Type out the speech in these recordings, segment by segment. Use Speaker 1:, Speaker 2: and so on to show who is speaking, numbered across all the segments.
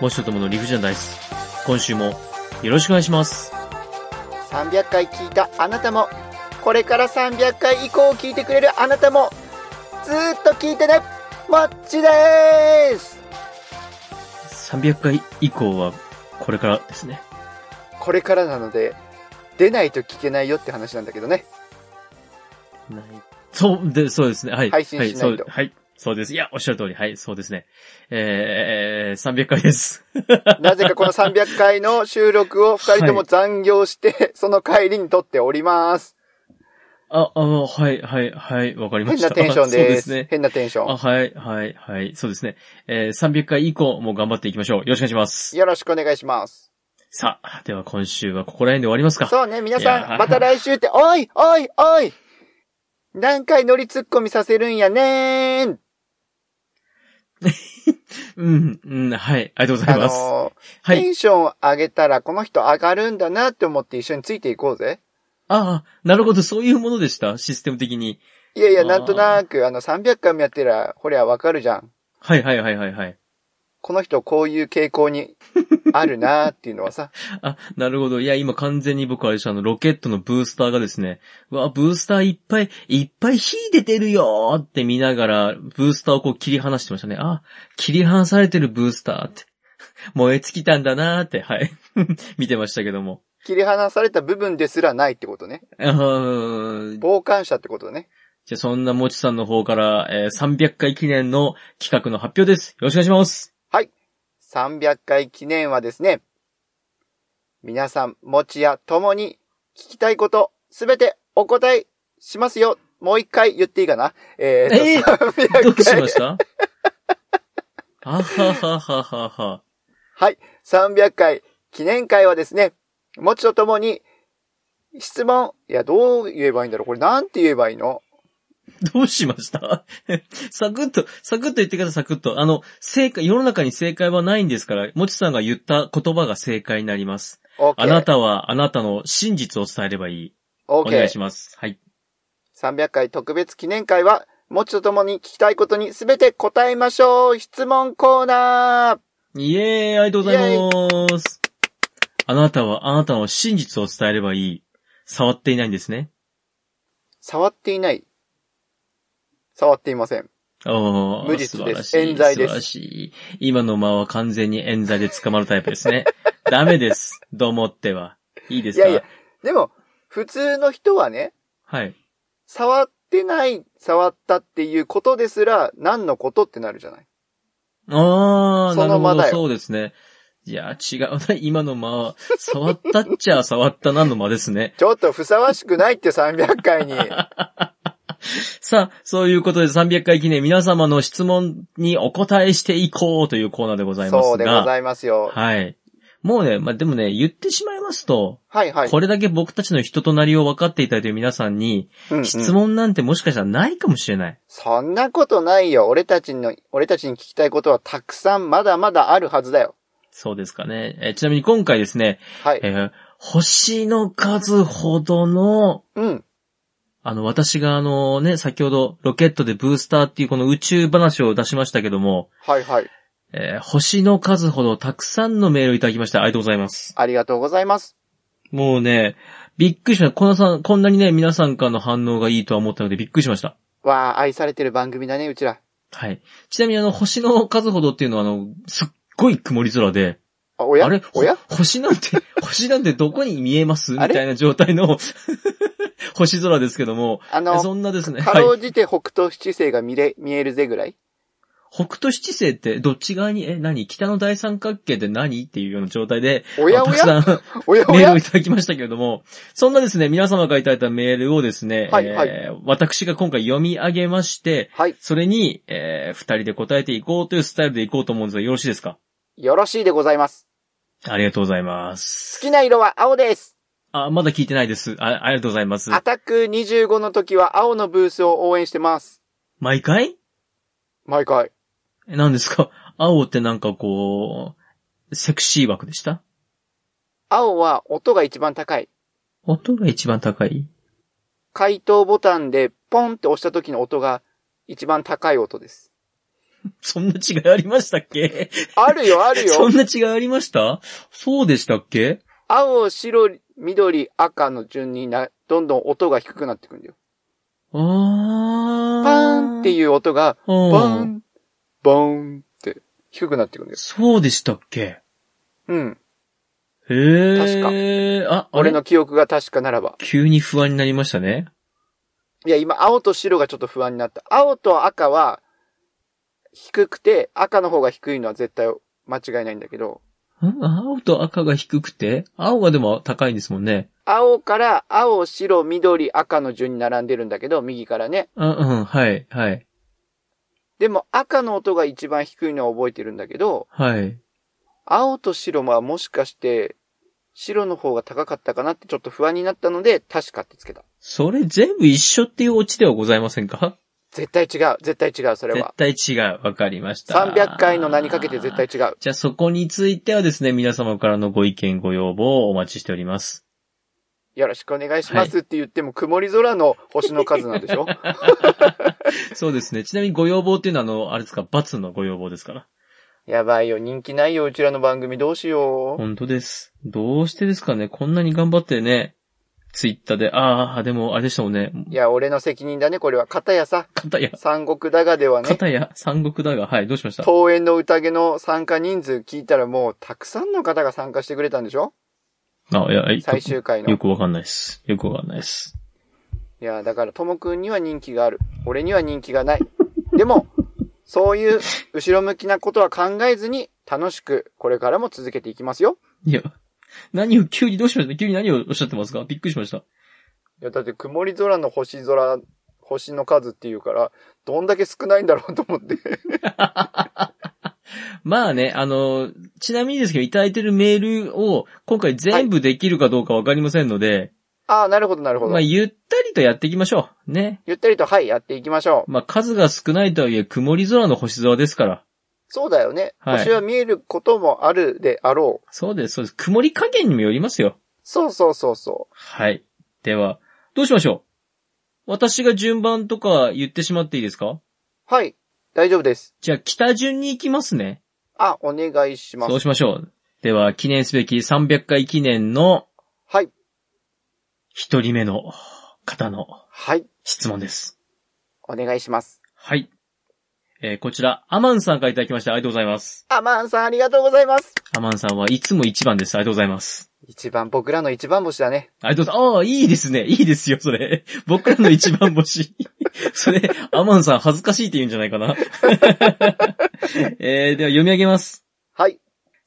Speaker 1: もしとともの理不尽なダイス。今週もよろしくお願いします。
Speaker 2: 300回聞いたあなたもこれから300回以降聞いてくれるあなたもずーっと聞いてねもっちです
Speaker 1: 300回以降はこれからですね。
Speaker 2: これからなので出ないと聞けないよって話なんだけど ね
Speaker 1: ないそう、で、そうですね。はい。
Speaker 2: 配信しないと
Speaker 1: はいそう。はい。そうです。いや、おっしゃる通り。はい、そうですね。えー、300回です。
Speaker 2: なぜかこの300回の収録を2人とも残業して、その帰りに撮っております
Speaker 1: あ、あの、はい、はい、はい、わかりま
Speaker 2: 変
Speaker 1: した。
Speaker 2: なテンション
Speaker 1: あそう
Speaker 2: で
Speaker 1: ですすね。
Speaker 2: 変なテンショ
Speaker 1: あ、
Speaker 2: ン
Speaker 1: はい、はい、はい。そうですね。えー、300回以降も頑張っていきましょう。よろしくお願いします。
Speaker 2: よろしくお願いします
Speaker 1: さあ、では今週はここら辺で終わりますか。
Speaker 2: そうね皆
Speaker 1: い
Speaker 2: さ
Speaker 1: や
Speaker 2: んまた来週っておいおいおい何回乗り突っ込みさせるんやねーん
Speaker 1: うん、うん、はい。ありがとうござ
Speaker 2: あ
Speaker 1: い
Speaker 2: の
Speaker 1: ます。
Speaker 2: ー
Speaker 1: は
Speaker 2: テ
Speaker 1: い。
Speaker 2: ンション上げたらこの人上がるんだなって思って一緒についていこうぜ。
Speaker 1: ああ、なるほど、そういうものでした。システム的に。
Speaker 2: いやい
Speaker 1: あ
Speaker 2: や、
Speaker 1: ー
Speaker 2: なんとなく、あの、300回もやってりゃ、こりゃわかるじゃん。
Speaker 1: はい、はい、はい、はい、はい。
Speaker 2: この人こういう傾向に あるなっていうのはさ。
Speaker 1: あ、なるほど。いや、今完全に僕あれでした、あの、ロケットのブースターがですね、うわ、ブースターいっぱい、いっぱい火出てるよーって見ながら、ブースターをこう切り離してましたね。あ、切り離されてるブースターって。燃え尽きたんだなーって、はい。 見てましたけども。
Speaker 2: 切り離された部分ですらないってことね。
Speaker 1: うーん
Speaker 2: 傍観者ってことね。
Speaker 1: じゃあ、そんなもちさんの方から、えー300回記念の企画の発表です。よろしくお願いします。
Speaker 2: 300回記念はですね、皆さん、持ちやともに聞きたいこと、すべてお答えしますよ。もう一回言っていいかなえ
Speaker 1: え
Speaker 2: ー、
Speaker 1: ー
Speaker 2: と、300回。
Speaker 1: どうしましたあははははは。
Speaker 2: はい。300回記念会はですね、もちとともに、質問、いや、どう言えばいいんだろうこれなんて言えばいいの
Speaker 1: どうしましたサクッと、サクッと言ってください、サクッと。あの、正解、世の中に正解はないんですから、もちさんが言った言葉が正解になります。
Speaker 2: ?OK。
Speaker 1: あなたは、あなたの真実を伝えればいい。お願い
Speaker 2: OK
Speaker 1: し。ます。はい。
Speaker 2: 300回特別記念会は、もちとともに聞きたいことにすべて答えましょう質問コーナー
Speaker 1: イエーイ、ありがとうございます。あなたは、あなたの真実を伝えればいい。触っていないんですね。
Speaker 2: 触っていない触っていません。
Speaker 1: おー
Speaker 2: 無実です
Speaker 1: 素晴らしい
Speaker 2: 冤罪
Speaker 1: 素
Speaker 2: です
Speaker 1: 晴らしい。今の間は完全に冤罪で捕まるタイプですね。 ダメです。どうもっては。いいですか
Speaker 2: いやいやでも、普通の人はね、
Speaker 1: はい。
Speaker 2: 触ってない、触ったっていうことですら、何のことってなるじゃない
Speaker 1: ああ、
Speaker 2: そ
Speaker 1: なる
Speaker 2: の
Speaker 1: ほ
Speaker 2: 間
Speaker 1: ど、
Speaker 2: だよ
Speaker 1: そうですね。いや、違うな、今の間は、触ったっちゃ触ったなの間ですね。
Speaker 2: ちょっとふさわしくないって300回に。
Speaker 1: さあ、そういうことで300回記念皆様の質問にお答えしていこうというコーナーでございますが。
Speaker 2: そうでございますよ。
Speaker 1: はい。もうね、まあ、でもね、言ってしまいますと、
Speaker 2: はいはい。
Speaker 1: これだけ僕たちの人となりを分かっていただいている皆さんに、
Speaker 2: うんうん
Speaker 1: 質問なんてもしかしたらないかもしれない。
Speaker 2: そんなことないよ。俺たちの、俺たちに聞きたいことはたくさんまだまだあるはずだよ。
Speaker 1: そうですかね。えーちなみに今回ですね、
Speaker 2: はい。
Speaker 1: えー星の数ほどの、
Speaker 2: うん。
Speaker 1: あの、私があのね、先ほどロケットでブースターっていうこの宇宙話を出しましたけども、
Speaker 2: はいはい。
Speaker 1: えー星の数ほどたくさんのメールをいただきました。ありがとうございます。
Speaker 2: ありがとうございます。
Speaker 1: もうね、びっくりしました。こんなさん、こんなにね、皆さんからの反応がいいとは思ったのでびっくりしました。
Speaker 2: わあ、愛されてる番組だね、うちら。
Speaker 1: はい。ちなみにあの、星の数ほどっていうのはあの、すっごい曇り空で、
Speaker 2: あ、おや
Speaker 1: あれ
Speaker 2: おや
Speaker 1: ほ星なん て、星なんてどこに見えますみ
Speaker 2: あれ
Speaker 1: たいな状態の 星空ですけども、
Speaker 2: あの、
Speaker 1: そんなですね、
Speaker 2: か
Speaker 1: はい
Speaker 2: ろ。うじて北東七星が見れ、見えるぜぐらい
Speaker 1: 北斗七星ってどっち側に、え、何北の大三角形って何っていうような状態で、
Speaker 2: おや
Speaker 1: あの
Speaker 2: お
Speaker 1: たく
Speaker 2: や
Speaker 1: さん
Speaker 2: おや お
Speaker 1: メール
Speaker 2: や
Speaker 1: をいただきましたけれども、そんなですね、皆様がいただいたメールをですね、
Speaker 2: はいはい
Speaker 1: えー私が今回読み上げまして、
Speaker 2: はい。
Speaker 1: それに、えー二人で答えていこうというスタイルでいこうと思うんですが、よろしいですか
Speaker 2: よろしいでございます。
Speaker 1: ありがとうございま
Speaker 2: 好
Speaker 1: す。
Speaker 2: きな色は青です。
Speaker 1: あ、まだ聞いてないです。あありがとうございます。
Speaker 2: アタック25の時は青のブースを応援してます。
Speaker 1: 毎回
Speaker 2: 毎回。
Speaker 1: え、何ですか青ってなんかこう、セクシー枠でした
Speaker 2: 青は音が一番高い。
Speaker 1: 音が一番高い
Speaker 2: 回答ボタンでポンって押した時の音が一番高い音です。
Speaker 1: そんな違いありましたっけ
Speaker 2: あるよ、ある
Speaker 1: そ
Speaker 2: よ。
Speaker 1: んな違いありましたそうでしたっけ
Speaker 2: 青、白、緑、赤の順にな、どんどん音が低くなってくんだよ。
Speaker 1: あー。
Speaker 2: パーンって
Speaker 1: う。
Speaker 2: いう音が、ボー
Speaker 1: うん。
Speaker 2: ン、ボーンって低くなってくんだよ。
Speaker 1: そうでしたっけ
Speaker 2: うん。
Speaker 1: へえ。確か。あ、あ
Speaker 2: 俺
Speaker 1: れ
Speaker 2: の記憶が確かならば。
Speaker 1: 急に不安になりましたね。
Speaker 2: いや、今、青と白がちょっと不安になった。青と赤は、低くて、赤の方が低いのは絶対間違いないんだけど、
Speaker 1: ん青と赤が低くて青がでも高いんですもんね。
Speaker 2: 青から青、白、緑、赤の順に並んでるんだけど、右からね。
Speaker 1: うんうん、はい、はい、
Speaker 2: でも赤の音が一番低いのは覚えてるんだけど、
Speaker 1: はい。
Speaker 2: 青と白はもしかして、白の方が高かったかなってちょっと不安になったので、確かってつけた。
Speaker 1: それ全部一緒っていうオチではございませんか
Speaker 2: 絶対違う、絶対違う、それ
Speaker 1: 絶
Speaker 2: は。
Speaker 1: 対違う。わかりました。
Speaker 2: 300回の名にかけて絶対。違う。
Speaker 1: じゃあそこについてはですね、皆様からのご意見ご要望をお待ちしております。
Speaker 2: よろしくお願いしますって言っても、曇り空の星の数なん でしょ
Speaker 1: そうですね。ちなみにご要望っていうのはあの、あれですか、罰のご要望ですから。
Speaker 2: やばいよ、人気ないよ、うちらの番組どうしよう。
Speaker 1: 本当です。どうしてですかね、こんなに頑張ってね、ツイッターで、ああ、でもあれでしたもんね。
Speaker 2: いや、俺の責任だね、これは。片やさ、
Speaker 1: 片や、
Speaker 2: 三国だがではね、
Speaker 1: 片や、三国だが、はい、どうしました
Speaker 2: 登園の宴の参加人数聞いたらもう、たくさんの方が参加してくれたんでしょ
Speaker 1: あ、いや、い
Speaker 2: 最終回の。
Speaker 1: よ
Speaker 2: い
Speaker 1: くわかんないです。よくわかんないです。
Speaker 2: や、だから、ともくんには人気がある。俺には人気がない。でも、そういう、後ろ向きなことは考えずに、楽しく、これからも続けていきますよ。
Speaker 1: いや、何を、急にどうしました急に何をおっしゃってますかびっくりしました。
Speaker 2: いや、だって曇り空の星空、星の数っていうから、どんだけ少ないんだろうと思って。
Speaker 1: まあね、あの、ちなみにですけど、いただいてるメールを、今回全部できるかどうかわかりませんので、
Speaker 2: ああ、なるほど、なるほど
Speaker 1: まあ、。ゆったりとやっていきましょう。ね。
Speaker 2: ゆったりと、はい、やっていきましょう。
Speaker 1: まあ、数が少ないとはいえ、曇り空の星空ですから。
Speaker 2: そうだよね。
Speaker 1: はい
Speaker 2: 星は見えることもあるであろう。
Speaker 1: そうです、そうです。曇り加減にもよりますよ。
Speaker 2: そうそうそうそ
Speaker 1: はい。では、どうしましょう私が順番とか言ってしまっていいですか
Speaker 2: う。はい、大丈夫です。
Speaker 1: じゃあ、北順に行きますね。
Speaker 2: あ、お願いしま
Speaker 1: そう
Speaker 2: す。
Speaker 1: しましょう。では、記念すべき300回記念の
Speaker 2: はい、
Speaker 1: 一人目の方の
Speaker 2: はい、
Speaker 1: 質問です。
Speaker 2: お願いします。
Speaker 1: はい。えーこちら、アマンさんからいただきましてありがとうございます。
Speaker 2: あ、マンさん、ありがとうございます。
Speaker 1: アマンさんはいつも一番です。ありがとうございます。
Speaker 2: 一番、僕らの一番星だね。
Speaker 1: ありがとうございます。ああ、いいですね。いいですよ、それ。 僕らの一番星。 それ、アマンさん恥ずかしいって言うんじゃないかな。 えーでは読み上げます。
Speaker 2: はい、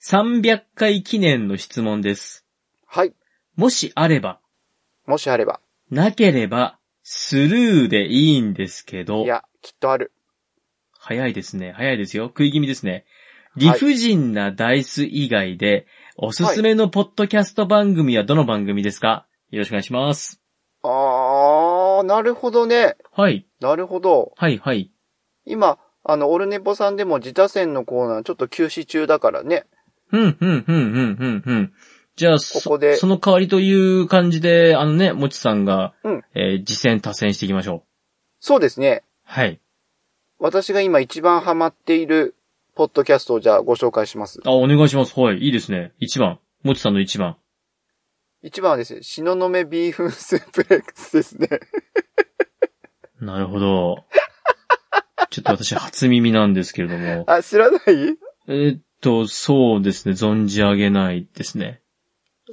Speaker 1: 300回記念の質問です。
Speaker 2: はい、
Speaker 1: もしあれば、
Speaker 2: もしあれば。
Speaker 1: なければ、スルーでいいんですけど
Speaker 2: い、や、きっとある。
Speaker 1: 早いですね。早いですよ。食い気味ですね。理不尽なダイス以外で、おすすめのポッドキャスト番組はどの番組ですかよろしくお願いします。
Speaker 2: あー、なるほどね。
Speaker 1: はい、
Speaker 2: なるほど。
Speaker 1: はい、はい。
Speaker 2: 今、あの、オルネポさんでも自他戦のコーナーちょっと休止中だからね。
Speaker 1: うん、うん、うん、うん、うん、うん。じゃあ、そ、
Speaker 2: ここで
Speaker 1: その代わりという感じで、あのね、もちさんが、
Speaker 2: うん
Speaker 1: えー実践多戦していきましょう。
Speaker 2: そうですね。
Speaker 1: はい。
Speaker 2: 私が今一番ハマっている、ポッドキャストをじゃあご紹介します。
Speaker 1: あ、お願いします。はい、いいですね。1番。もちさんの1番。
Speaker 2: 一番はですね、しののめビーフンスープレックスですね。
Speaker 1: なるほ ど。ちょっと私初耳なんですけれども。
Speaker 2: あ、知らない、
Speaker 1: えーっと、そうですね。存じ上げないですね。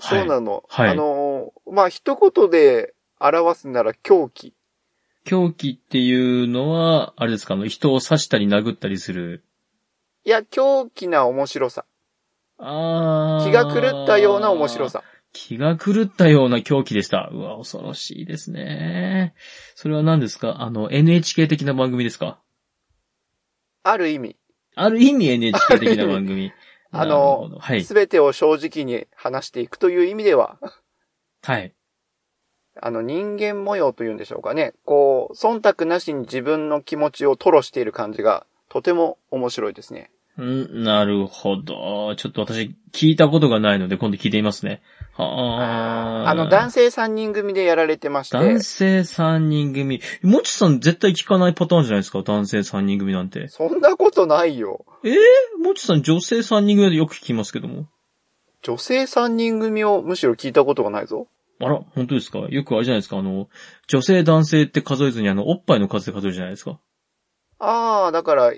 Speaker 1: はい
Speaker 2: そうなの。
Speaker 1: はい
Speaker 2: あのーまあ、一言で表すなら狂気。
Speaker 1: 狂気っていうのは、あれですか、あの、人を刺したり殴ったりする。
Speaker 2: いや、狂気な面白さ。
Speaker 1: あー
Speaker 2: 気が狂ったような面白。さ。
Speaker 1: 気が狂ったような狂気でした。うわ、恐ろしいですね。それは何ですかあの、NHK 的な番組ですか
Speaker 2: ある意味、
Speaker 1: ある意味 NHK 的な番組。
Speaker 2: あの
Speaker 1: なるほどはい
Speaker 2: す。べてを正直に話していくという意味では、
Speaker 1: はい。
Speaker 2: あの、人間模様というんでしょうかね。こう、忖度なしに自分の気持ちを吐露している感じが、とても面白いですね。
Speaker 1: うん、なるほど。ちょっと私、聞いたことがないので、今度聞いてみますね。はあ。
Speaker 2: あの、男性3人組でやられてまして。
Speaker 1: 男性3人組。もちさん絶対聞かないパターンじゃないですか男性3人組なんて。
Speaker 2: そんなことないよ。
Speaker 1: えもちさん女性3人組でよく聞きますけども。
Speaker 2: 女性3人組をむしろ聞いたことがないぞ。
Speaker 1: あら、本当ですかよくあれじゃないですかあの、女性男性って数えずにあの、おっぱいの数で数えるじゃないですか。
Speaker 2: ああ、だから、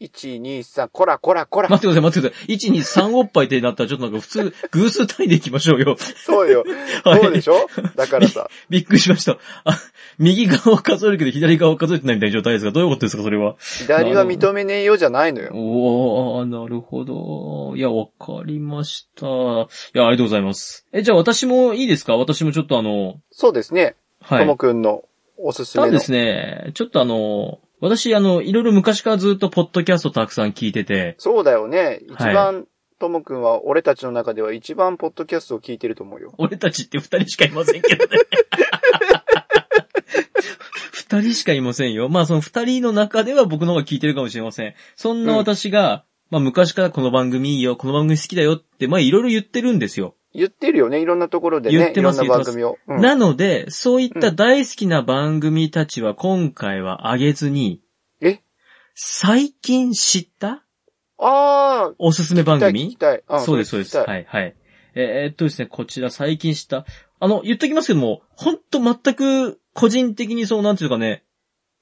Speaker 2: 1、2、3、こらこらこら
Speaker 1: 待。 ってください、待ってください。1、2、3おっぱいってなったらちょっとなんか普通、偶数単位でいきましょうよ。
Speaker 2: そうよ。
Speaker 1: はい
Speaker 2: そうでしょだから さ。
Speaker 1: びっくりしました。あ、右側を数えるけど左側を数えてないみたいな状態ですが、どういうことですか、それは。
Speaker 2: 左は認めねえよじゃないのよ。
Speaker 1: おー、なるほど。いや、わかりました。いや、ありがとうございます。え、じゃあ私もいいですか私もちょっとあの、
Speaker 2: そうですね。
Speaker 1: は
Speaker 2: とも
Speaker 1: い。
Speaker 2: くんのおすす
Speaker 1: た
Speaker 2: め
Speaker 1: だで
Speaker 2: の。
Speaker 1: すね、ちょっとあの、私、あの、いろいろ昔からずっとポッドキャストたくさん聞いてて、
Speaker 2: そうだよね。一
Speaker 1: はい
Speaker 2: 番、ともくんは俺たちの中では一番ポッドキャストを聞いてると思うよ。
Speaker 1: 俺たちって二人しかいませんけどね。二人しかいませんよ。まあその二人の中では僕の方が聞いてるかもしれません。そんな私が、まあ昔からこの番組いいよ、この番組好きだよって、まあいろいろ言ってるんですよ。
Speaker 2: 言ってるよね。いろんなところで
Speaker 1: 言
Speaker 2: ね
Speaker 1: っ。
Speaker 2: い
Speaker 1: て
Speaker 2: ろ
Speaker 1: ま
Speaker 2: ん
Speaker 1: す
Speaker 2: な番組を。うん
Speaker 1: なので、そういった大好きな番組たちは今回はあげずに、
Speaker 2: え
Speaker 1: 最近知った
Speaker 2: ああ、
Speaker 1: おすすめ
Speaker 2: 聞
Speaker 1: 番
Speaker 2: きたい聞
Speaker 1: 組
Speaker 2: きたい。ん
Speaker 1: そうです、そうです。
Speaker 2: 聞きたい
Speaker 1: はい、はい。えーっとですね、こちら最近知った。あの、言っときますけども、ほんと全く個人的にそう、なんていうかね、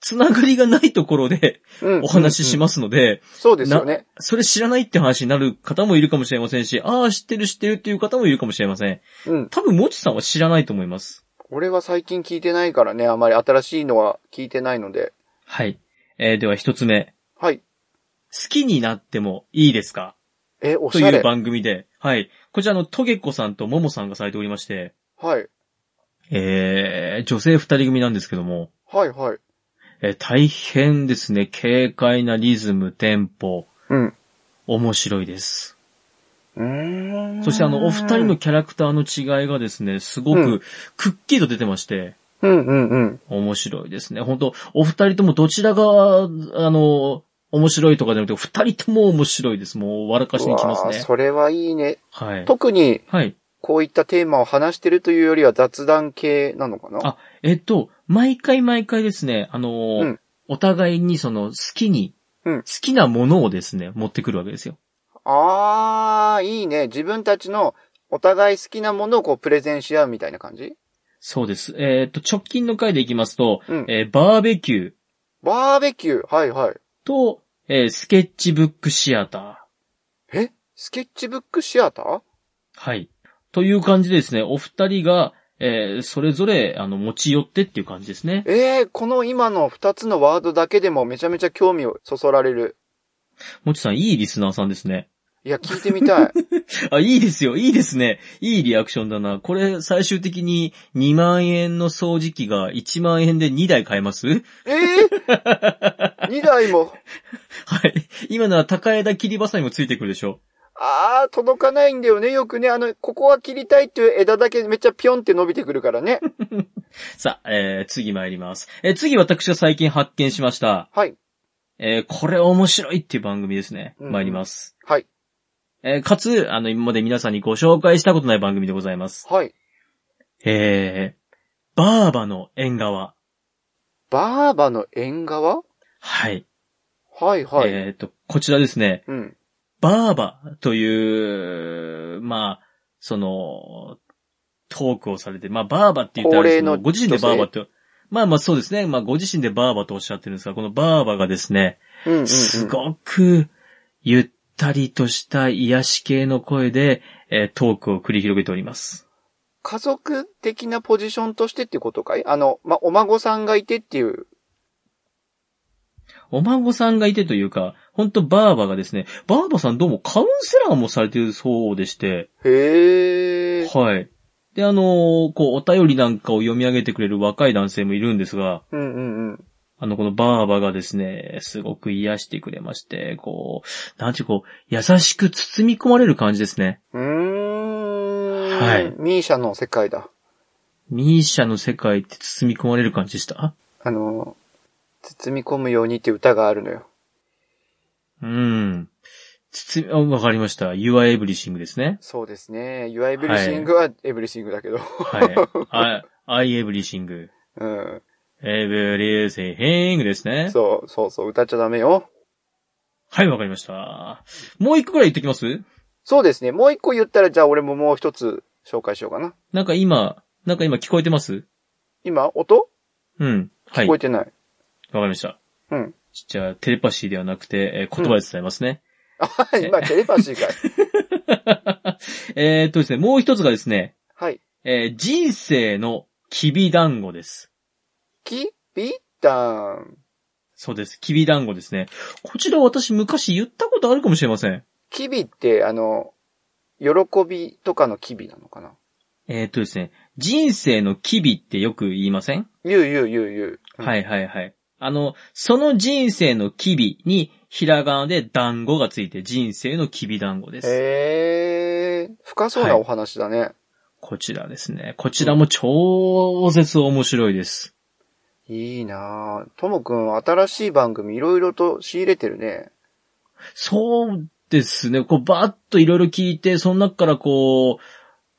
Speaker 1: つながりがないところで
Speaker 2: うん
Speaker 1: お話ししますので、
Speaker 2: す。そうですよね。
Speaker 1: それ知らないって話になる方もいるかもしれませんし、ああ、知ってる知ってるっていう方もいるかもしれません。
Speaker 2: うん。
Speaker 1: 多分、もちさんは知らないと思います。
Speaker 2: 俺は最近聞いてないからね、あまり新しいのは聞いてないので。
Speaker 1: はい。えーでは一つ目。
Speaker 2: はい。
Speaker 1: 好きになってもいいですか
Speaker 2: え、お
Speaker 1: と
Speaker 2: しゃ
Speaker 1: いう
Speaker 2: れ。
Speaker 1: 番組で、はい。こちらあの、トゲコさんとモモさんがされておりまして、
Speaker 2: はい。
Speaker 1: えー、女性二人組なんですけども、
Speaker 2: はい、はい。
Speaker 1: えー大変ですね。軽快なリズム、テンポ、
Speaker 2: うん。
Speaker 1: 面白いです。
Speaker 2: うーん。
Speaker 1: そしてあの、お二人の、キャラクターの違いがですね、すご
Speaker 2: う
Speaker 1: く、くっきりと出てまして、
Speaker 2: うん、うん、うん。
Speaker 1: 面白いですね。本当お二人ともどちらが、あの、面白いとかじゃなくて、二人とも面白いです。もう、笑かしに来ます
Speaker 2: うわー
Speaker 1: ね。
Speaker 2: それはいいね。
Speaker 1: はい。
Speaker 2: 特に、
Speaker 1: はい。
Speaker 2: こういったテーマを話してるというよりは雑談系なのかな
Speaker 1: あえっと、毎回毎回ですね、あのー
Speaker 2: うん
Speaker 1: お互いにその好きに、
Speaker 2: うん
Speaker 1: 好きなものをですね、持ってくるわけですよ。
Speaker 2: あー、いいね。自分たちのお互い好きなものをこうプレゼンし合うみたいな感じ
Speaker 1: そうです。えっと、直近の回でいきますと、
Speaker 2: うん
Speaker 1: えーバーベキュー
Speaker 2: バーベキュー。はい、はい。
Speaker 1: と、えースケッチブックシアタ
Speaker 2: えスケッチブックシアター
Speaker 1: ー。はい。という感じでですね、お二人が、えーそれぞれ、あの、持ち寄ってっていう感じですね。
Speaker 2: ええこの今の二つのワードだけでもめちゃめちゃ興味をそそられる。
Speaker 1: もちさん、いいリスナーさんですね。
Speaker 2: いや、聞いて みたい。
Speaker 1: あ、いいですよ。いいですね。いいリアクションだな。これ、最終的に2万円の掃除機が1万円で2台買えます
Speaker 2: ええ二台も。
Speaker 1: はい。今なら高枝切りばさみもついてくるでしょ。
Speaker 2: ああ、届かないんだよね。よくね、あの、ここは切りたいっていう枝だけめっちゃピョンって伸びてくるからね。
Speaker 1: さあ、えー、次参ります。えー、次私が最近発見しました。
Speaker 2: はい。
Speaker 1: えー、これ面白いっていう番組ですね。
Speaker 2: うん
Speaker 1: 参ります。
Speaker 2: はい。
Speaker 1: えー、かつ、あの、今まで皆さんにご紹介したことない番組でございます。
Speaker 2: はい。
Speaker 1: えー、バーバの縁側。
Speaker 2: バーバの縁側
Speaker 1: はい。
Speaker 2: はいはい。
Speaker 1: えー、と、こちらですね。
Speaker 2: うん。
Speaker 1: バーバという、まあ、その、トークをされて、まあ、バーバって言ったらあれですけど
Speaker 2: 高齢の
Speaker 1: ご自身でバーバって、まあまあそうですね。まあご自身でバーバとおっしゃってるんですが、このバーバがですね、
Speaker 2: うんうん、うん。
Speaker 1: すごく、ゆったりとした癒し系の声で、えートークを繰り広げております。
Speaker 2: 家族的なポジションとしてってことかいあの、ま、お孫さんがいてっていう。
Speaker 1: お孫さんがいてというか、本当バーバがですね、バーバさんどうもカウンセラーもされてるそうでして、
Speaker 2: へえ。
Speaker 1: はい。で、あのーこう、お便りなんかを読み上げてくれる若い男性もいるんですが、
Speaker 2: うんうんうん。
Speaker 1: あの、このバーバがですね、すごく癒してくれまして、こう、なんていうかこう、優しく包み込まれる感じですね。
Speaker 2: うーん。
Speaker 1: はい
Speaker 2: ミーシャの世界だ。
Speaker 1: ミーシャの世界って包み込まれる感じでした
Speaker 2: あの、包み込むようにって歌があるのよ。
Speaker 1: うん。包み、あわかりました。You are everything ですね。
Speaker 2: そうですね。You are everything は everything だけど。
Speaker 1: はい。I, I everything.
Speaker 2: うん。
Speaker 1: everything ですね。
Speaker 2: そう、そうそう、歌っちゃダメよ。
Speaker 1: はい、わかりました。もう一個くらい言ってきます
Speaker 2: そうですね。もう一個言ったら、じゃあ俺ももう一つ紹介しようかな。
Speaker 1: なんか今、なんか今聞こえてます
Speaker 2: 今、音
Speaker 1: うん。は
Speaker 2: 聞
Speaker 1: い。
Speaker 2: こ
Speaker 1: わか
Speaker 2: えてない。
Speaker 1: りました。
Speaker 2: うん。
Speaker 1: じゃあ、テレパシーではなくて、えー言葉で伝えますね。
Speaker 2: あ、今、テレパシーかい。
Speaker 1: えーっとですね、もう一つがですね、
Speaker 2: はい。
Speaker 1: えー人生のきび団子です。
Speaker 2: き、び、たん。
Speaker 1: そうです。きび団子ですね。こちら私昔言ったことあるかもしれません。
Speaker 2: きびって、あの、喜びとかのきびなのかな
Speaker 1: えーっとですね、人生のきびってよく言いません、
Speaker 2: ゆうゆうゆうゆう。。
Speaker 1: はいいはいはい。あの、その人生のきびに、ひらがなで団子がついて人生のきび団子です。
Speaker 2: へえー、深そうなお話だね。
Speaker 1: こちらですね。こちらも超絶面白いです。
Speaker 2: い、いなぁ。ともくん、新しい番組いろいろと仕入れてるね。
Speaker 1: そうですね。こう、ばーっといろいろ聞いて、その中からこう、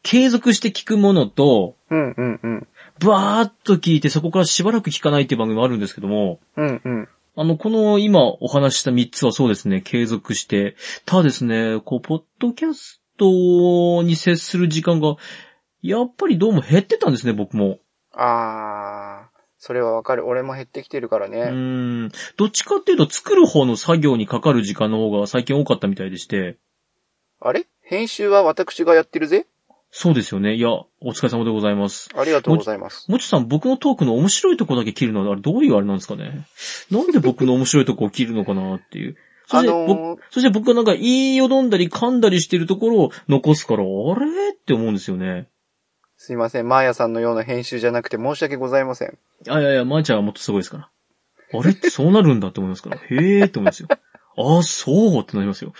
Speaker 1: 継続して聞くものと、
Speaker 2: うんうんうん。
Speaker 1: ばーっと聞いて、そこからしばらく聞かないっていう番組もあるんですけども、
Speaker 2: うんうん。
Speaker 1: あの、この今お話しした3つはそうですね、継続して、ただですね、こう、ポッドキャストに接する時間が、やっぱりどうも減ってたんですね、僕も。
Speaker 2: あー、それはわかる。俺も減ってきてるからね。
Speaker 1: うーん。どっちかっていうと、作る方の作業にかかる時間の方が最近多かったみたいでして、
Speaker 2: あれ編集は私がやってるぜ。
Speaker 1: そうですよね。いや、お疲れ様でございます。
Speaker 2: ありがとうございます。
Speaker 1: もちさん、僕のトークの面白いとこだけ切るのは、あれどういうあれなんですかねなんで僕の面白いとこを切るのかなって いう。そ
Speaker 2: あ
Speaker 1: して、僕
Speaker 2: のー、
Speaker 1: そして僕がなんか言いよどんだり噛んだりしてるところを残すから、あれって思うんですよね。
Speaker 2: すいません。マーヤさんのような編集じゃなくて申し訳ございま せん。
Speaker 1: あ、いやいや、まー、ちゃんはもっとすごいですから。あれってそうなるんだって思いますから。へーって思いますよ。ああ、そうってなりますよ。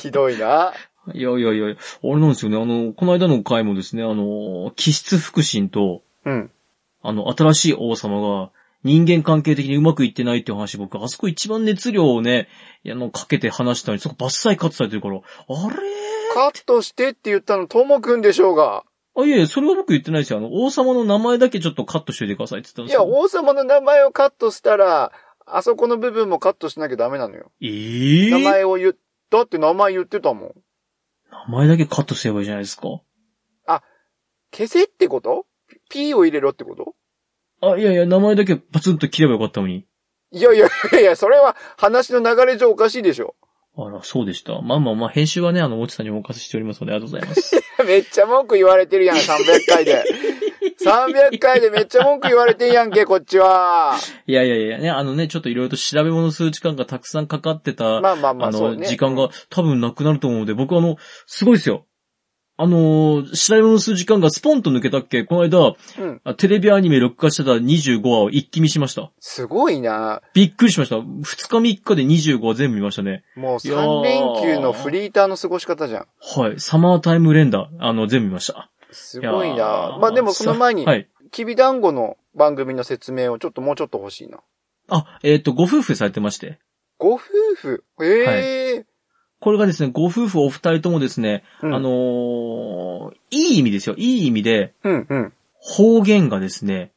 Speaker 2: ひどいな。
Speaker 1: いやいやいや、あれなんですよね。あの、この間の回もですね、あの、気質腹心と、
Speaker 2: うん。
Speaker 1: あの、新しい王様が、人間関係的にうまくいってないっていう話、僕、あそこ一番熱量をね、いやあの、かけて話したのに、そこバッサイカットされてるから、あれ
Speaker 2: カットしてって言ったのともくんでしょうが。
Speaker 1: あ、いやいや、それは僕言ってないですよ。あの、王様の名前だけちょっとカットしといてくださいって言っ
Speaker 2: い
Speaker 1: た
Speaker 2: や、
Speaker 1: んですよ。
Speaker 2: 王様の名前をカットしたら、あそこの部分もカットしなきゃダメなのよ。
Speaker 1: ええ名
Speaker 2: 名
Speaker 1: 前
Speaker 2: 前を言っ、だって名前言ってたもん。
Speaker 1: だけカットすればいいじゃないですか。
Speaker 2: 消せってこと ?P を入れろってこと
Speaker 1: あ、いやいや、名前だけパツンと切ればよかったのに。
Speaker 2: いやいやいやいや、それは話の流れ上おかしいでしょ。
Speaker 1: あら、そうでした。まあまあまあ、編集はね、あの、もちさんにお任せしておりますので、ありがとうございます。
Speaker 2: めっちゃ文句言われてるやん、300回で。300回でめっちゃ文句言われてんやんけ、こっちは。
Speaker 1: いやいやいや、ね、あのね、ちょっといろいろと調べ物する時間がたくさんかかってた、
Speaker 2: まあまあま
Speaker 1: あ
Speaker 2: あ、そ
Speaker 1: の、
Speaker 2: うね。
Speaker 1: 時間が多分なくなると思うので、僕あの、すごいですよ。あのー、調べ物する時間がスポンと抜けたっけこの間、
Speaker 2: うん
Speaker 1: あテレビアニメ録画してた25話を一気見しました。
Speaker 2: すごいな。
Speaker 1: びっくりしました。2日3日で25話全部見ましたね。
Speaker 2: もう
Speaker 1: いや
Speaker 2: 3
Speaker 1: ー
Speaker 2: 連休のフリーターの過ごし方じゃん。
Speaker 1: はい。サマータイム連打、あの、全部見ました。
Speaker 2: すごい
Speaker 1: や
Speaker 2: な
Speaker 1: ー
Speaker 2: まあでもその前に
Speaker 1: さ、はい。
Speaker 2: きび団子の番組の説明をちょっともうちょっと欲しいな。
Speaker 1: あ、えっ、と、ご夫婦されてまして。
Speaker 2: ご夫婦ええ
Speaker 1: これがですね、ご夫婦お二人ともですね、
Speaker 2: うん
Speaker 1: あのーいい意味ですよ。いい意味で、
Speaker 2: うんうん。
Speaker 1: 方言がですね、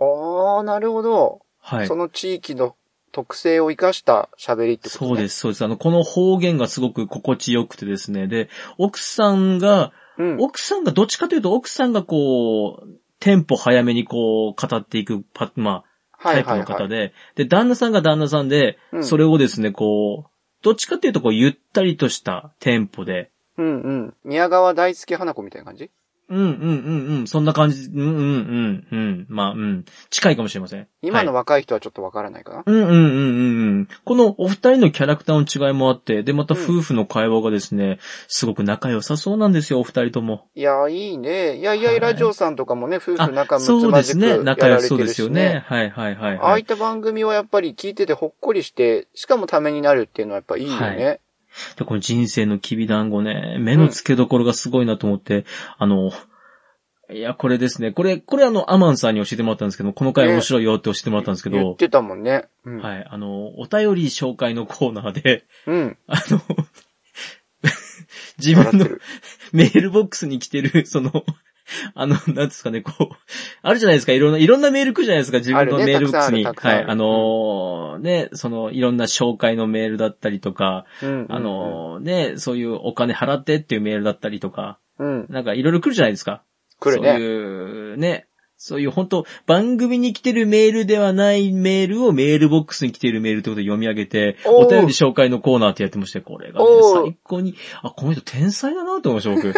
Speaker 2: ああ、なるほど。
Speaker 1: はい
Speaker 2: そ。の地域の特性を生かした喋りってことね。。
Speaker 1: そうですす、そうです。あの、この方言がすごく心地よくてですね。で、奥さんが、
Speaker 2: うん。
Speaker 1: 奥さんがどっちかというと、奥さんがこう、テンポ早めにこう、語っていくパ、まあ、
Speaker 2: は
Speaker 1: タ
Speaker 2: い
Speaker 1: イプ
Speaker 2: はい
Speaker 1: の方
Speaker 2: はい。
Speaker 1: で、で、旦那さんが旦那さんで、
Speaker 2: うん
Speaker 1: それをですね、こう、どっちかというと、こう、ゆったりとしたテンポで、
Speaker 2: うんうん。宮川大輔花子みたいな感じ
Speaker 1: うんうんうんうん、そんな感じ、うんうんうんうん、まあうん、近いかもしれません。
Speaker 2: 今
Speaker 1: はい
Speaker 2: の若い人はちょっとわからないかな。
Speaker 1: うんうんうんうんうん。このお二人のキャラクターの違いもあって、で、また夫婦の会話がですね、すごく仲良さそうなんですよ、お二人とも。
Speaker 2: いやー、いいね。いやいや
Speaker 1: はいい
Speaker 2: ラジオさんとかもね、夫婦仲睦
Speaker 1: そう
Speaker 2: ま
Speaker 1: で
Speaker 2: じ
Speaker 1: す
Speaker 2: く
Speaker 1: ね、
Speaker 2: や
Speaker 1: 仲良
Speaker 2: ら
Speaker 1: しそ
Speaker 2: れて
Speaker 1: うで
Speaker 2: る
Speaker 1: す
Speaker 2: し
Speaker 1: よね。
Speaker 2: ね。
Speaker 1: はいはいはい、
Speaker 2: ああ
Speaker 1: はいい。
Speaker 2: った番組はやっぱり聞いててほっこりして、しかもためになるっていうのはやっぱいいよね。
Speaker 1: で、この人生のきび団子ね、目の付けどころがすごいなと思って、あの、いや、これですね。これ、これあの、アマンさんに教えてもらったんですけど、この回
Speaker 2: ね
Speaker 1: 面白いよって教えてもらったんですけ
Speaker 2: 言っ
Speaker 1: ど、
Speaker 2: てたもんね。うん。
Speaker 1: はい、あの、お便り紹介のコーナーで、
Speaker 2: うん。
Speaker 1: あの、自
Speaker 2: 笑
Speaker 1: 分
Speaker 2: って
Speaker 1: の
Speaker 2: る。
Speaker 1: メールボックスに来てる、 その、あの、なんですかね、こう、あるじゃないですか、いろんな、いろんなメール来るじゃないですか、自分の
Speaker 2: あるね
Speaker 1: メールボックスに。
Speaker 2: たくさん
Speaker 1: は
Speaker 2: あ
Speaker 1: い、
Speaker 2: るたくさんある
Speaker 1: あのーね、その、いろんな紹介のメールだったりとか、
Speaker 2: うん。
Speaker 1: あのーね、そういうお金払ってっていうメールだったりとか、
Speaker 2: うん、うん。
Speaker 1: なんかいろいろ来るじゃないですか。
Speaker 2: 来る
Speaker 1: そう
Speaker 2: ね。
Speaker 1: いう、ね、そういう本当番組に来てるメールではないメールをメールボックスに来てるメールってことで読み上げて、
Speaker 2: おー
Speaker 1: お便り紹介のコーナーってやってまして、これがね
Speaker 2: おー、
Speaker 1: 最高に、あ、この人天才だなって思いました、僕。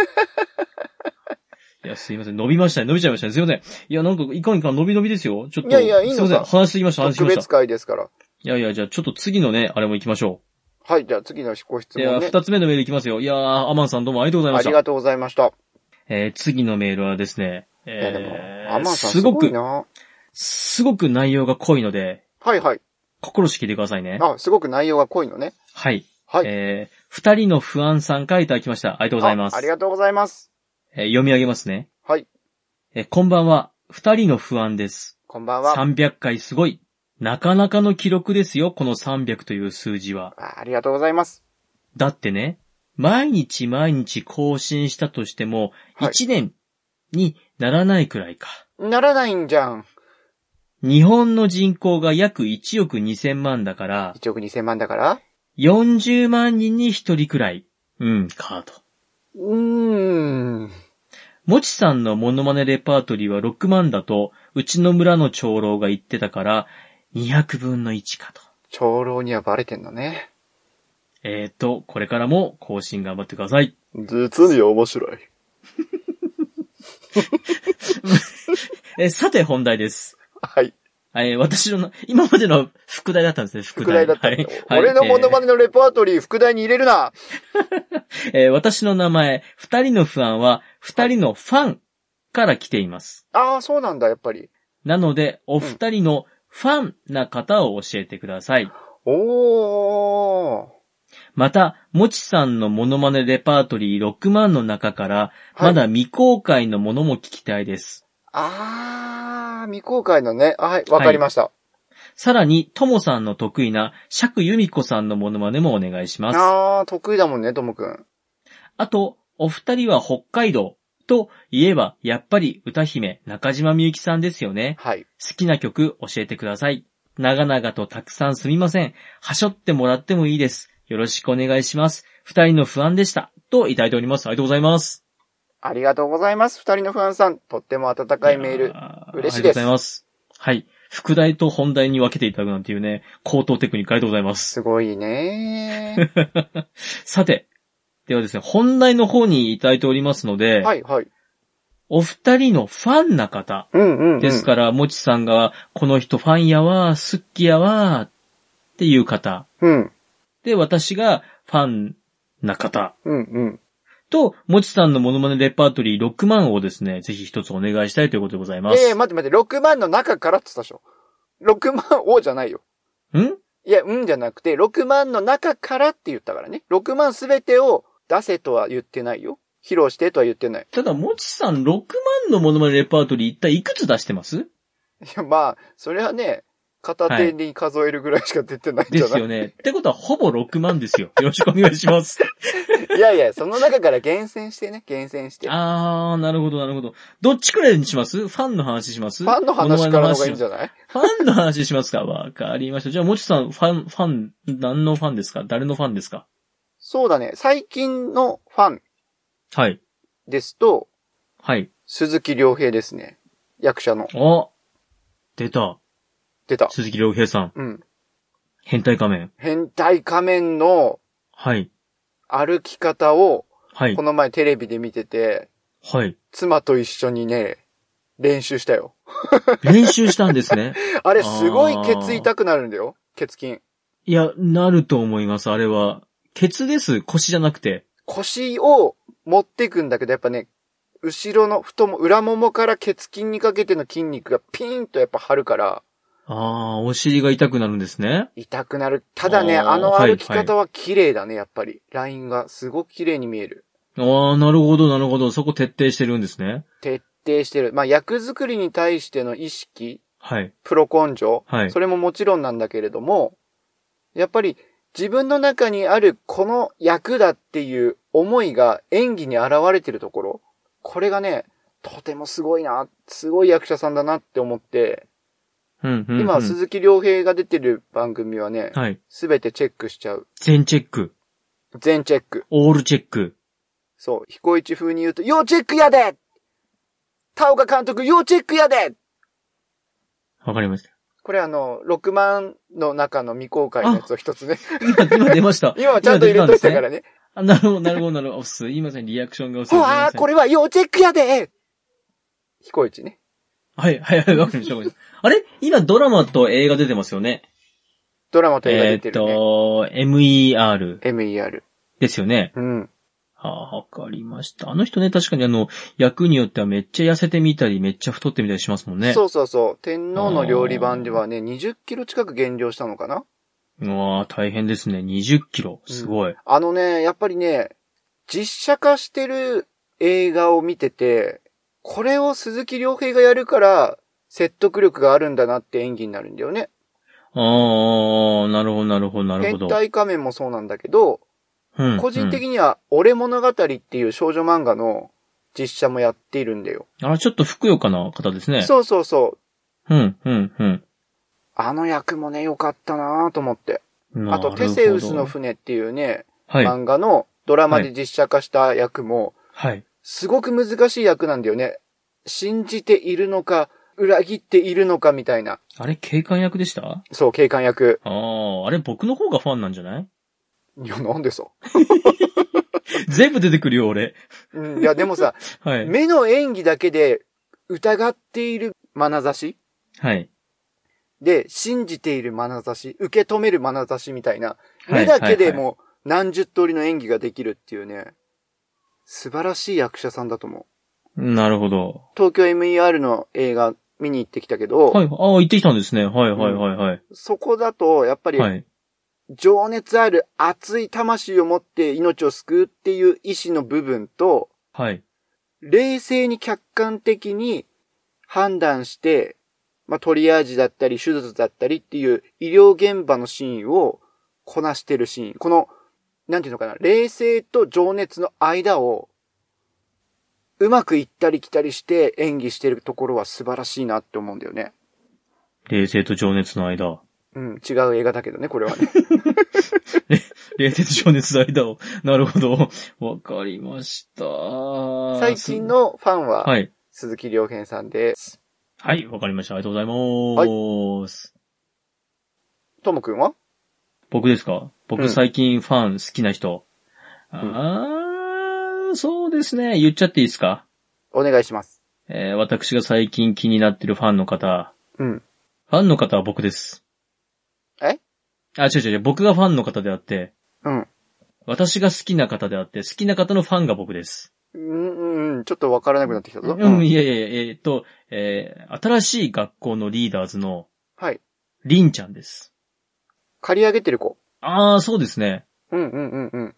Speaker 1: いや、すいません。伸びましたね。伸びちゃいましたね。すいません。いや、なんか、いかんいかん伸び伸びですよ。ちょっと。
Speaker 2: いやいやいいの
Speaker 1: すいません。話しすぎました、話しす
Speaker 2: 特
Speaker 1: ぎま
Speaker 2: 別
Speaker 1: した。
Speaker 2: 会ですから。
Speaker 1: いやいや、じゃあちょっと次のね、あれも行きましょ
Speaker 2: はい、じゃあ次のご質
Speaker 1: う。いや、
Speaker 2: 問ね。
Speaker 1: 二つ目のメール行きますよ。いやー、アマンさんどうもありがとうございま
Speaker 2: あ
Speaker 1: した
Speaker 2: り。がとうございました。
Speaker 1: えー、次のメールはですね、
Speaker 2: いやで
Speaker 1: え
Speaker 2: も、
Speaker 1: ー
Speaker 2: アマンさんすご
Speaker 1: すごく、
Speaker 2: いな。
Speaker 1: すごく内容が濃いので、
Speaker 2: はいはい。
Speaker 1: 心して聞いてくださいね。
Speaker 2: あ、すごく内容が濃いのね。
Speaker 1: はい。
Speaker 2: はい。
Speaker 1: えー、二人の不安さんからいただきました。ありがとうございます。
Speaker 2: あありがとうございま
Speaker 1: え
Speaker 2: す。
Speaker 1: ー読み上げますね。
Speaker 2: はい。
Speaker 1: えーこんばんは。二人の不安です。
Speaker 2: こんばんは。
Speaker 1: 300回すごい。なかなかの記録ですよ、この300という数字は。
Speaker 2: あありがとうございます。
Speaker 1: だってね、毎日毎日更新したとしても、
Speaker 2: はい
Speaker 1: 1年にならないくらいか。
Speaker 2: ならないんじゃん。
Speaker 1: 日本の人口が約1億2000万だから、
Speaker 2: 1億2000万だから。
Speaker 1: 40万人に1人くらい。うん、かと。
Speaker 2: うーん。
Speaker 1: もちさんのモノマネレパートリーは6万だと、うちの村の長老が言ってたから、200分の1かと。
Speaker 2: 長老にはバレてんのね。
Speaker 1: えーと、これからも更新頑張ってください。
Speaker 2: 実に面白い。
Speaker 1: えーさて本題です。
Speaker 2: はい。
Speaker 1: えー私のな、今までの副題だったんですね、副
Speaker 2: 副題だったんだ、俺のモノマ
Speaker 1: ネ、
Speaker 2: ネのレパートリー、副題に入れるな
Speaker 1: えーえー私の名前、二人の不安は、二人のファンから来ています。
Speaker 2: ああ、そうなんだ、やっぱり。
Speaker 1: なので、お二人のファンな方を教えてください。
Speaker 2: おー。
Speaker 1: また、もちさんのモノマネレパートリー6万の中から、
Speaker 2: は
Speaker 1: ま
Speaker 2: い
Speaker 1: だ未公開のものも聞きたいです。
Speaker 2: あー、未公開のね。はい、わかりました。
Speaker 1: さらに、ともさんの得意な、釈由美子さんのモノマネもお願いします。あ
Speaker 2: あー、得意だもんね、ともくん。
Speaker 1: と、お二人は北海道といえば、やっぱり歌姫中島みゆきさんですよね。
Speaker 2: はい。
Speaker 1: 好きな曲教えてください。長々とたくさんすみません。はしょってもらってもいいです。よろしくお願いします。二人の不安でした。といただいております。ありがとうございます。
Speaker 2: ありがとうございます。二人の不安さん。とっても温かいメール。
Speaker 1: やー
Speaker 2: 嬉
Speaker 1: あ
Speaker 2: しいです
Speaker 1: りがとうございます。はい。副題と本題に分けていただくなんていうね、高等テクニックありがとうございます。
Speaker 2: すごいね
Speaker 1: さて、ではですね、本題の方にいただいておりますので、
Speaker 2: はい、はい。
Speaker 1: お二人のファンな方
Speaker 2: うん、うん、うん。
Speaker 1: ですから、もちさんが、この人ファンやわー、好きやわーっていう方、
Speaker 2: うん、
Speaker 1: で、私がファンな方
Speaker 2: うん、うん。
Speaker 1: と、もちさんのモノマネレパートリー6万をですね、ぜひ一つお願いしたいということでございます。
Speaker 2: ええ待って待って、6万の中からって言ったでしょ。6万をじゃないよ。
Speaker 1: ん
Speaker 2: いや、うんじゃなくて、6万の中からって言ったからね。6万すべてを出せとは言ってないよ。披露してとは言ってない。
Speaker 1: ただ、もちさん6万のモノマネレパートリー一体いくつ出してます
Speaker 2: いや、まあ、それはね、片手に数えるぐらいしか出てないん
Speaker 1: で
Speaker 2: じゃな
Speaker 1: す
Speaker 2: い、
Speaker 1: よね。ってことは、ほぼ6万です よ。よろしくお願いします。
Speaker 2: いやいや、その中から厳選してね、厳選して。
Speaker 1: あー、なるほど、なるほど。どっちくらいにしますファンの話します
Speaker 2: ファンの話からの方がいいんじ
Speaker 1: ゃ
Speaker 2: ゃない
Speaker 1: ファンの話しますかわかりました。じゃあ、もちさん、ファン、ファン、何のファンですか誰のファンですか
Speaker 2: そうだね。最近のファン
Speaker 1: はい。
Speaker 2: ですと、
Speaker 1: はい。
Speaker 2: 鈴木亮平ですね。役者の。
Speaker 1: あ出た。
Speaker 2: 出た。
Speaker 1: 鈴木亮平さん。
Speaker 2: うん。
Speaker 1: 変態仮面。
Speaker 2: 変態仮面の
Speaker 1: はい。
Speaker 2: 歩き方を、
Speaker 1: はい
Speaker 2: こ。の前テレビで見てて、
Speaker 1: はい。
Speaker 2: 妻と一緒にね、練習したよ。
Speaker 1: 練習したんです ね。
Speaker 2: あれ、すごいケツ痛くなるんだよ。ケツ筋。
Speaker 1: いや、なると思います。あれは。ケツです。腰じゃなくて。
Speaker 2: 腰を持ってくんだけど、やっぱね、後ろの太も、裏ももからケツ筋にかけての筋肉がピーンとやっぱ張るから、
Speaker 1: あー、お尻が痛くなるんですね。
Speaker 2: 痛くなる。ただね、
Speaker 1: あー
Speaker 2: あの
Speaker 1: はい
Speaker 2: 歩き方は綺麗だね、やっぱり。ラインがすごく綺麗に見える。
Speaker 1: ああ、なるほど、なるほど。そこ徹底してるんですね。
Speaker 2: 徹定してる。まあ、役作りに対しての意識、
Speaker 1: はい。
Speaker 2: プロ根性、
Speaker 1: はい
Speaker 2: それももちろんなんだけれども、やっぱり自分の中にあるこの役だっていう思いが演技に現れてるところ、これがね、とてもすごいな、すごい役者さんだなって思って、
Speaker 1: うん、うん。
Speaker 2: 今、
Speaker 1: うん
Speaker 2: 鈴木亮平が出てる番組はね、
Speaker 1: はい。
Speaker 2: すべてチェックしちゃう。
Speaker 1: 全チェック。
Speaker 2: 全チェック。
Speaker 1: オールチェック。
Speaker 2: そう、彦一風に言うと、要チェックやで田岡監督、要チェックやで
Speaker 1: わかりました。
Speaker 2: これあの、6万の中の未公開のやつを一つね。
Speaker 1: 今、今出ました。
Speaker 2: 今ちゃんと入れといたから
Speaker 1: ね。
Speaker 2: ね。
Speaker 1: あなるほど、なるほど、なるほど。すいません、リアクションが薄
Speaker 2: ほ
Speaker 1: い。
Speaker 2: わー、こ
Speaker 1: れ。
Speaker 2: れは要チェックやで彦一ね。
Speaker 1: はい、はい、はい、わかりましたわかりました。あれ今、ドラマと映画出てますよね。
Speaker 2: ドラマと映画
Speaker 1: え
Speaker 2: 出
Speaker 1: ー
Speaker 2: て
Speaker 1: っ
Speaker 2: るね。
Speaker 1: と、MER
Speaker 2: MER。
Speaker 1: ですよね。
Speaker 2: うん。
Speaker 1: ああ、わかりました。あの人ね、確かにあの、役によってはめっちゃ痩せてみたり、めっちゃ太ってみたりしますもんね。
Speaker 2: そうそうそう。天皇の料理版ではね、20キロ近く減量したのかな
Speaker 1: う。わあ、大変ですね。20キロ。すごい。
Speaker 2: あのね、やっぱりね、実写化してる映画を見てて、これを鈴木亮平がやるから、説得力があるんだなって演技になるんだよね。
Speaker 1: ああ、なるほど、なるほど、なるほ
Speaker 2: 変
Speaker 1: ど。
Speaker 2: 態仮面もそうなんだけど、
Speaker 1: うん
Speaker 2: 個人的には、俺物語っていう少女漫画の実写もやっているんだよ。
Speaker 1: うんあ、ちょっとふくよかな方ですね。う。
Speaker 2: そうそうそう。
Speaker 1: ん、うん、うん。
Speaker 2: あの役もね、良かったなぁと思って。あ
Speaker 1: なるほ
Speaker 2: と、
Speaker 1: ど
Speaker 2: テセウスの船っていうね、
Speaker 1: はい、
Speaker 2: 漫画のドラマで実写化した役も、
Speaker 1: はい。
Speaker 2: すごく難しい役なんだよね。信じているのか、裏切っているのかみたいな。
Speaker 1: あれ、警官役でした
Speaker 2: そう、警官役。
Speaker 1: ああ、あれ僕の方がファンなんじゃない
Speaker 2: いや、なんでさ。
Speaker 1: 全部出てくるよ、俺。
Speaker 2: うん、いや、でもさ、
Speaker 1: はい。
Speaker 2: 目の演技だけで疑っている眼差し
Speaker 1: はい。
Speaker 2: で、信じている眼差し、受け止める眼差しみたいな、
Speaker 1: はい
Speaker 2: 目だけ
Speaker 1: は
Speaker 2: で
Speaker 1: いはい
Speaker 2: も何十通りの演技ができるっていうね、素晴らしい役者さんだと思う。
Speaker 1: なるほど。
Speaker 2: 東京 MER の映画見に行ってきたけど、
Speaker 1: はい。ああ、行ってきたんですね。はい、はい、はい、はい。
Speaker 2: そこだと、やっぱり
Speaker 1: はい。
Speaker 2: 情熱ある熱い魂を持って命を救うっていう意志の部分と、
Speaker 1: はい。
Speaker 2: 冷静に客観的に判断して、まあ、トリアージだったり、手術だったりっていう医療現場のシーンをこなしてるシーン。この、なんていうのかな、冷静と情熱の間を、うまく行ったり来たりして演技してるところは素晴らしいなって思うんだよね。
Speaker 1: 冷静と情熱の間。
Speaker 2: うん、違う映画だけどね、これ はね。
Speaker 1: 冷静と情熱の間を。なるほど。わかりました。
Speaker 2: 最近。のファンは、
Speaker 1: はい。
Speaker 2: 鈴木亮平さんです。
Speaker 1: はい、わかりました。ありがとうございます。
Speaker 2: ともくんは
Speaker 1: 僕ですか
Speaker 2: うん
Speaker 1: 僕最近ファン好きな人。あー、そうですね。言っちゃっていいですか
Speaker 2: お願いします。
Speaker 1: えー私が最近気になってるファンの方。
Speaker 2: うん。
Speaker 1: ファンの方は僕です。
Speaker 2: え
Speaker 1: あ、違う違う違う。僕がファンの方であって、
Speaker 2: うん。
Speaker 1: 私が好きな方であって、好きな方のファンが僕です。
Speaker 2: うん、うんうん、ちょっとわからなくなってきたぞ。
Speaker 1: うん、いやいやいや、えーっと、えー新しい学校のリーダーズの、
Speaker 2: はい。
Speaker 1: りんちゃんです。
Speaker 2: 借り上げてる子。
Speaker 1: ああ、そうですね。
Speaker 2: うんうんうんうん。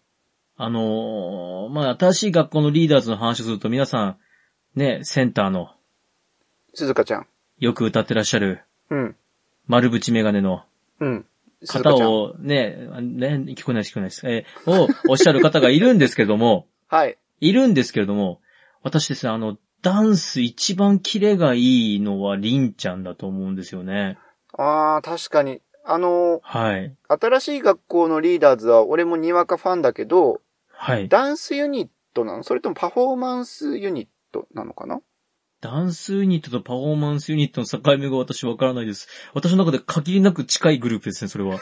Speaker 1: あのーまあ、新しい学校のリーダーズの話をすると皆さん、ね、センターの、
Speaker 2: 鈴鹿ちゃん。
Speaker 1: よく歌ってらっしゃる、
Speaker 2: うん。
Speaker 1: 丸縁メガネの
Speaker 2: うん。鈴鹿
Speaker 1: 方
Speaker 2: ちゃん。
Speaker 1: を、ね、あね、聞こえないです、聞こえないです。えーをおっしゃる方がいるんですけれども、
Speaker 2: はい。
Speaker 1: いるんですけれども、私ですね、あの、ダンス一番キレがいいのはりんちゃんだと思うんですよね。
Speaker 2: ああ、確かに。あの
Speaker 1: はい。
Speaker 2: ー新しい学校のリーダーズは俺もにわかファンだけど、
Speaker 1: はい。
Speaker 2: ダンスユニットなのそれともパフォーマンスユニットなのかな
Speaker 1: ダンスユニットとパフォーマンスユニットの境目が私わからないです。私の中で限りなく近いグループですね、それは。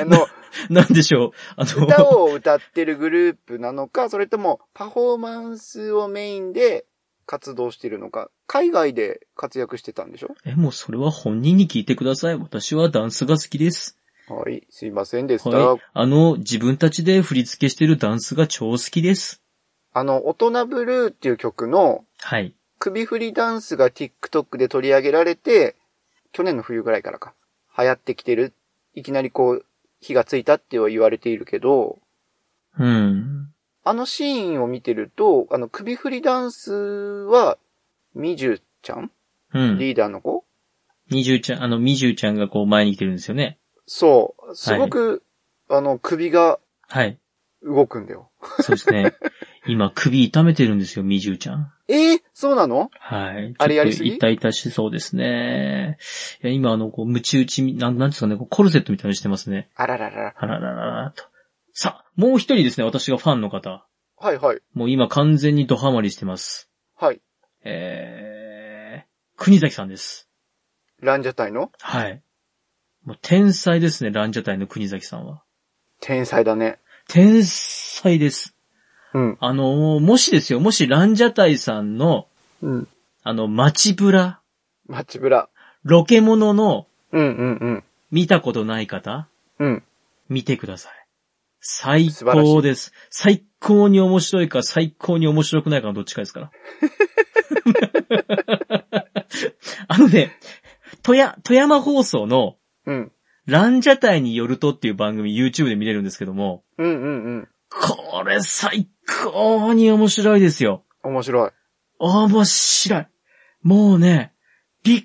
Speaker 2: あの、
Speaker 1: なんでしょう。あ
Speaker 2: 歌
Speaker 1: の、
Speaker 2: を歌ってるグループなのか、それともパフォーマンスをメインで活動してるのか。海外で活躍してたんでしょ
Speaker 1: え、もうそれは本人に聞いてください。私はダンスが好きです。
Speaker 2: はい。すいませんでした。
Speaker 1: はい。あの、自分たちで振り付けしてるダンスが超好きです。
Speaker 2: あの、大人ブルーっていう曲の、
Speaker 1: はい。
Speaker 2: 首振りダンスが TikTok で取り上げられて、去年の冬ぐらいからか、流行ってきてる。いきなりこう、火がついたっては言われているけど、
Speaker 1: うん。
Speaker 2: あのシーンを見てると、あの首振りダンスはみじゅちゃん
Speaker 1: うん。
Speaker 2: リーダーの子
Speaker 1: みじゅうちゃん、あの、みじゅうちゃんがこう前に来てるんですよね。
Speaker 2: そう。すごく、あの、首が
Speaker 1: はい。
Speaker 2: 動くんだよ。
Speaker 1: そうですね。 今、首痛めてるんですよ、みじゅうちゃん。
Speaker 2: えー、そうなの
Speaker 1: はい。
Speaker 2: あれやりすぎ
Speaker 1: ちょっと痛々しそうですね。いや、今、あの、こう、ムチ打ちみ、なん、なんですかね、こうコルセットみたいにしてますね。
Speaker 2: あらららら。
Speaker 1: あららららと。さあ、もう一人ですね、私がファンの方。
Speaker 2: はいはい。
Speaker 1: もう今完全にドハマりしてます。
Speaker 2: はい。
Speaker 1: えー、国崎さんです。
Speaker 2: ランジャタイの
Speaker 1: はい。もう天才ですね、ランジャタイの国崎さんは。
Speaker 2: 天才だね。
Speaker 1: 天才です。
Speaker 2: うん。
Speaker 1: あのーもしですよ、もしランジャタイさんの、
Speaker 2: うん。
Speaker 1: あの、街ブラ、
Speaker 2: マッチブラ。
Speaker 1: ロケモノの
Speaker 2: うんうんうん。
Speaker 1: 見たことない方、
Speaker 2: うん。
Speaker 1: 見てください。最
Speaker 2: 素晴らし
Speaker 1: 高です。最高に面白いか最高に面白くないかのどっちかですから。あのね、富山、富山放送の
Speaker 2: うん。
Speaker 1: ランジャタイによるとっていう番組 YouTube で見れるんですけども、
Speaker 2: うんうんうん。
Speaker 1: これ最高に面白いですよ。
Speaker 2: 面白い。
Speaker 1: 面白い。もうね、びっ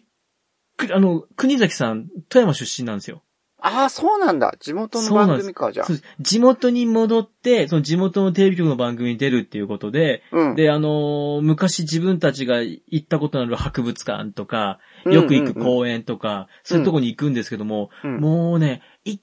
Speaker 1: くり、あの、国崎さん、富山出身なんですよ。
Speaker 2: ああ、そうなんだ。地元の番組か、じゃあ
Speaker 1: そう。です地元に戻って、その地元のテレビ局の番組に出るっていうことで、
Speaker 2: うん。
Speaker 1: で、あのー昔自分たちが行ったことのある博物館とか、よく行く公園とか、そういうとこに行くんですけども、
Speaker 2: うん。うん
Speaker 1: もうね、一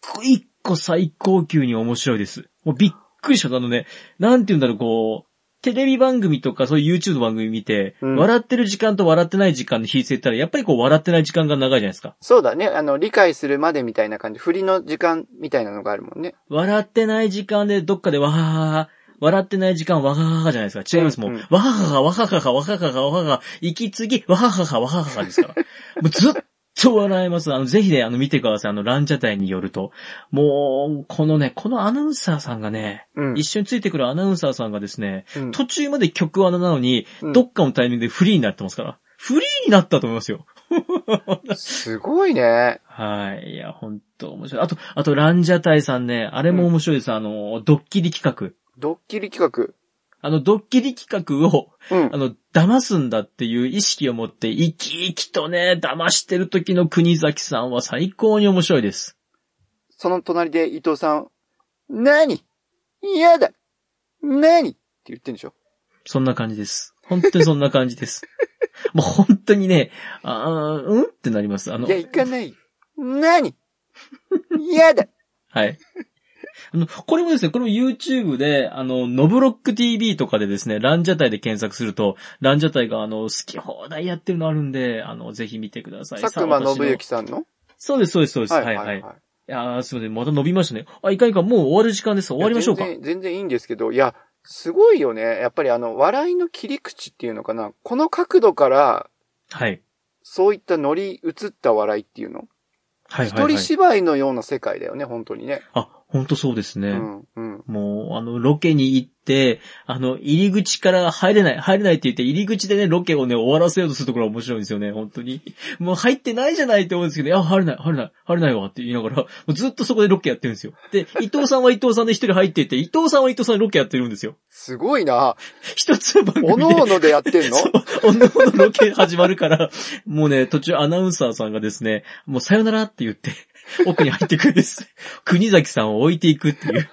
Speaker 1: 個一個最高級に面白いです。もうびっくりした。あのね、なんて言うんだろう、こう、テレビ番組とかそういう YouTube の番組見て、
Speaker 2: うん
Speaker 1: 笑ってる時間と笑ってない時間の比率で言ったら、やっぱりこう笑ってない時間が長いじゃないですか。
Speaker 2: そうだね。あの、理解するまでみたいな感じ。振りの時間みたいなのがあるもんね。
Speaker 1: 笑ってない時間でどっかでわははは、笑ってない時間わはははじゃないですか。違います。も
Speaker 2: うん
Speaker 1: う
Speaker 2: うん、
Speaker 1: わははは、わははは、わははは、わははは、息継ぎ、わははは、わはははですから。もうずっと笑えます。あの、ぜひね、あの、見てください。あの、ランジャタイによると。もう、このね、このアナウンサーさんがね、
Speaker 2: うん。
Speaker 1: 一緒についてくるアナウンサーさんがですね、
Speaker 2: うん
Speaker 1: 途中まで曲穴なのに、どっかのタイミングでフリーになってますから。フリーになったと思いますよ。
Speaker 2: うんすごいね。
Speaker 1: はい。いや、ほんと面白い。あと、あと、ランジャタイさんね、あれも面白いです。あの、ドッキリ企画。
Speaker 2: ドッキリ企
Speaker 1: あの、ドッキリ企画を、
Speaker 2: 画。うん
Speaker 1: あ。の、騙すんだっていう意識を持って、生き生きとね、騙してる時の国崎さんは最高に面白いです。
Speaker 2: その隣で伊藤さん、なに嫌だなにって言ってんでしょ
Speaker 1: そんな感じです。本当にそんな感じです。 もう本当にね、あーうんってなります。あの
Speaker 2: いや、、行かない。なに嫌だ
Speaker 1: はい。あの、これもですね、これも YouTube で、あの、ノブロック TV とかでですね、ランジャタイで検索すると、ランジャタイがあの、好き放題やってるのあるんで、あの、ぜひ見てくだ さい。
Speaker 2: 佐久間
Speaker 1: さあ私の
Speaker 2: 信之さんの
Speaker 1: そうです、そうです、そうです。はい、はい。
Speaker 2: はい。
Speaker 1: いやー、すいません。また伸びましたね。あ、いかんいかん。もう終わる時間です。終わりましょうか
Speaker 2: い。や全然全然いいんですけど、いや、すごいよね。やっぱりあの、笑いの切り口っていうのかな。この角度から、
Speaker 1: はい。
Speaker 2: そういった乗り移った笑いっていうの。
Speaker 1: はい、は
Speaker 2: 一
Speaker 1: い、
Speaker 2: 人
Speaker 1: はい。
Speaker 2: 芝居のような世界だよね、本当にね。
Speaker 1: あ、ほんとそうです
Speaker 2: う
Speaker 1: ね。
Speaker 2: ん、うん。
Speaker 1: もう、あの、ロケに行って、あの、入り口から入れない、入れないって言って、入り口でね、ロケをね、終わらせようとするところが面白いんですよね、本当に。もう入ってないじゃないって思うんですけど、いや、入れない、入れない、入れないわって言いながら、もうずっとそこでロケやってるんですよ。で、伊藤さんは伊藤さんで一人入っていて、伊藤さんは伊藤さんでロケやってるんですよ。
Speaker 2: すごいな。
Speaker 1: 一つの番組で。
Speaker 2: おのおのでやってんの
Speaker 1: そう、おのおのロケ始まるから、もうね、途中アナウンサーさんがですね、もうさよならって言って、 奥に入ってくるんです。 国崎さんを置いていくっていう。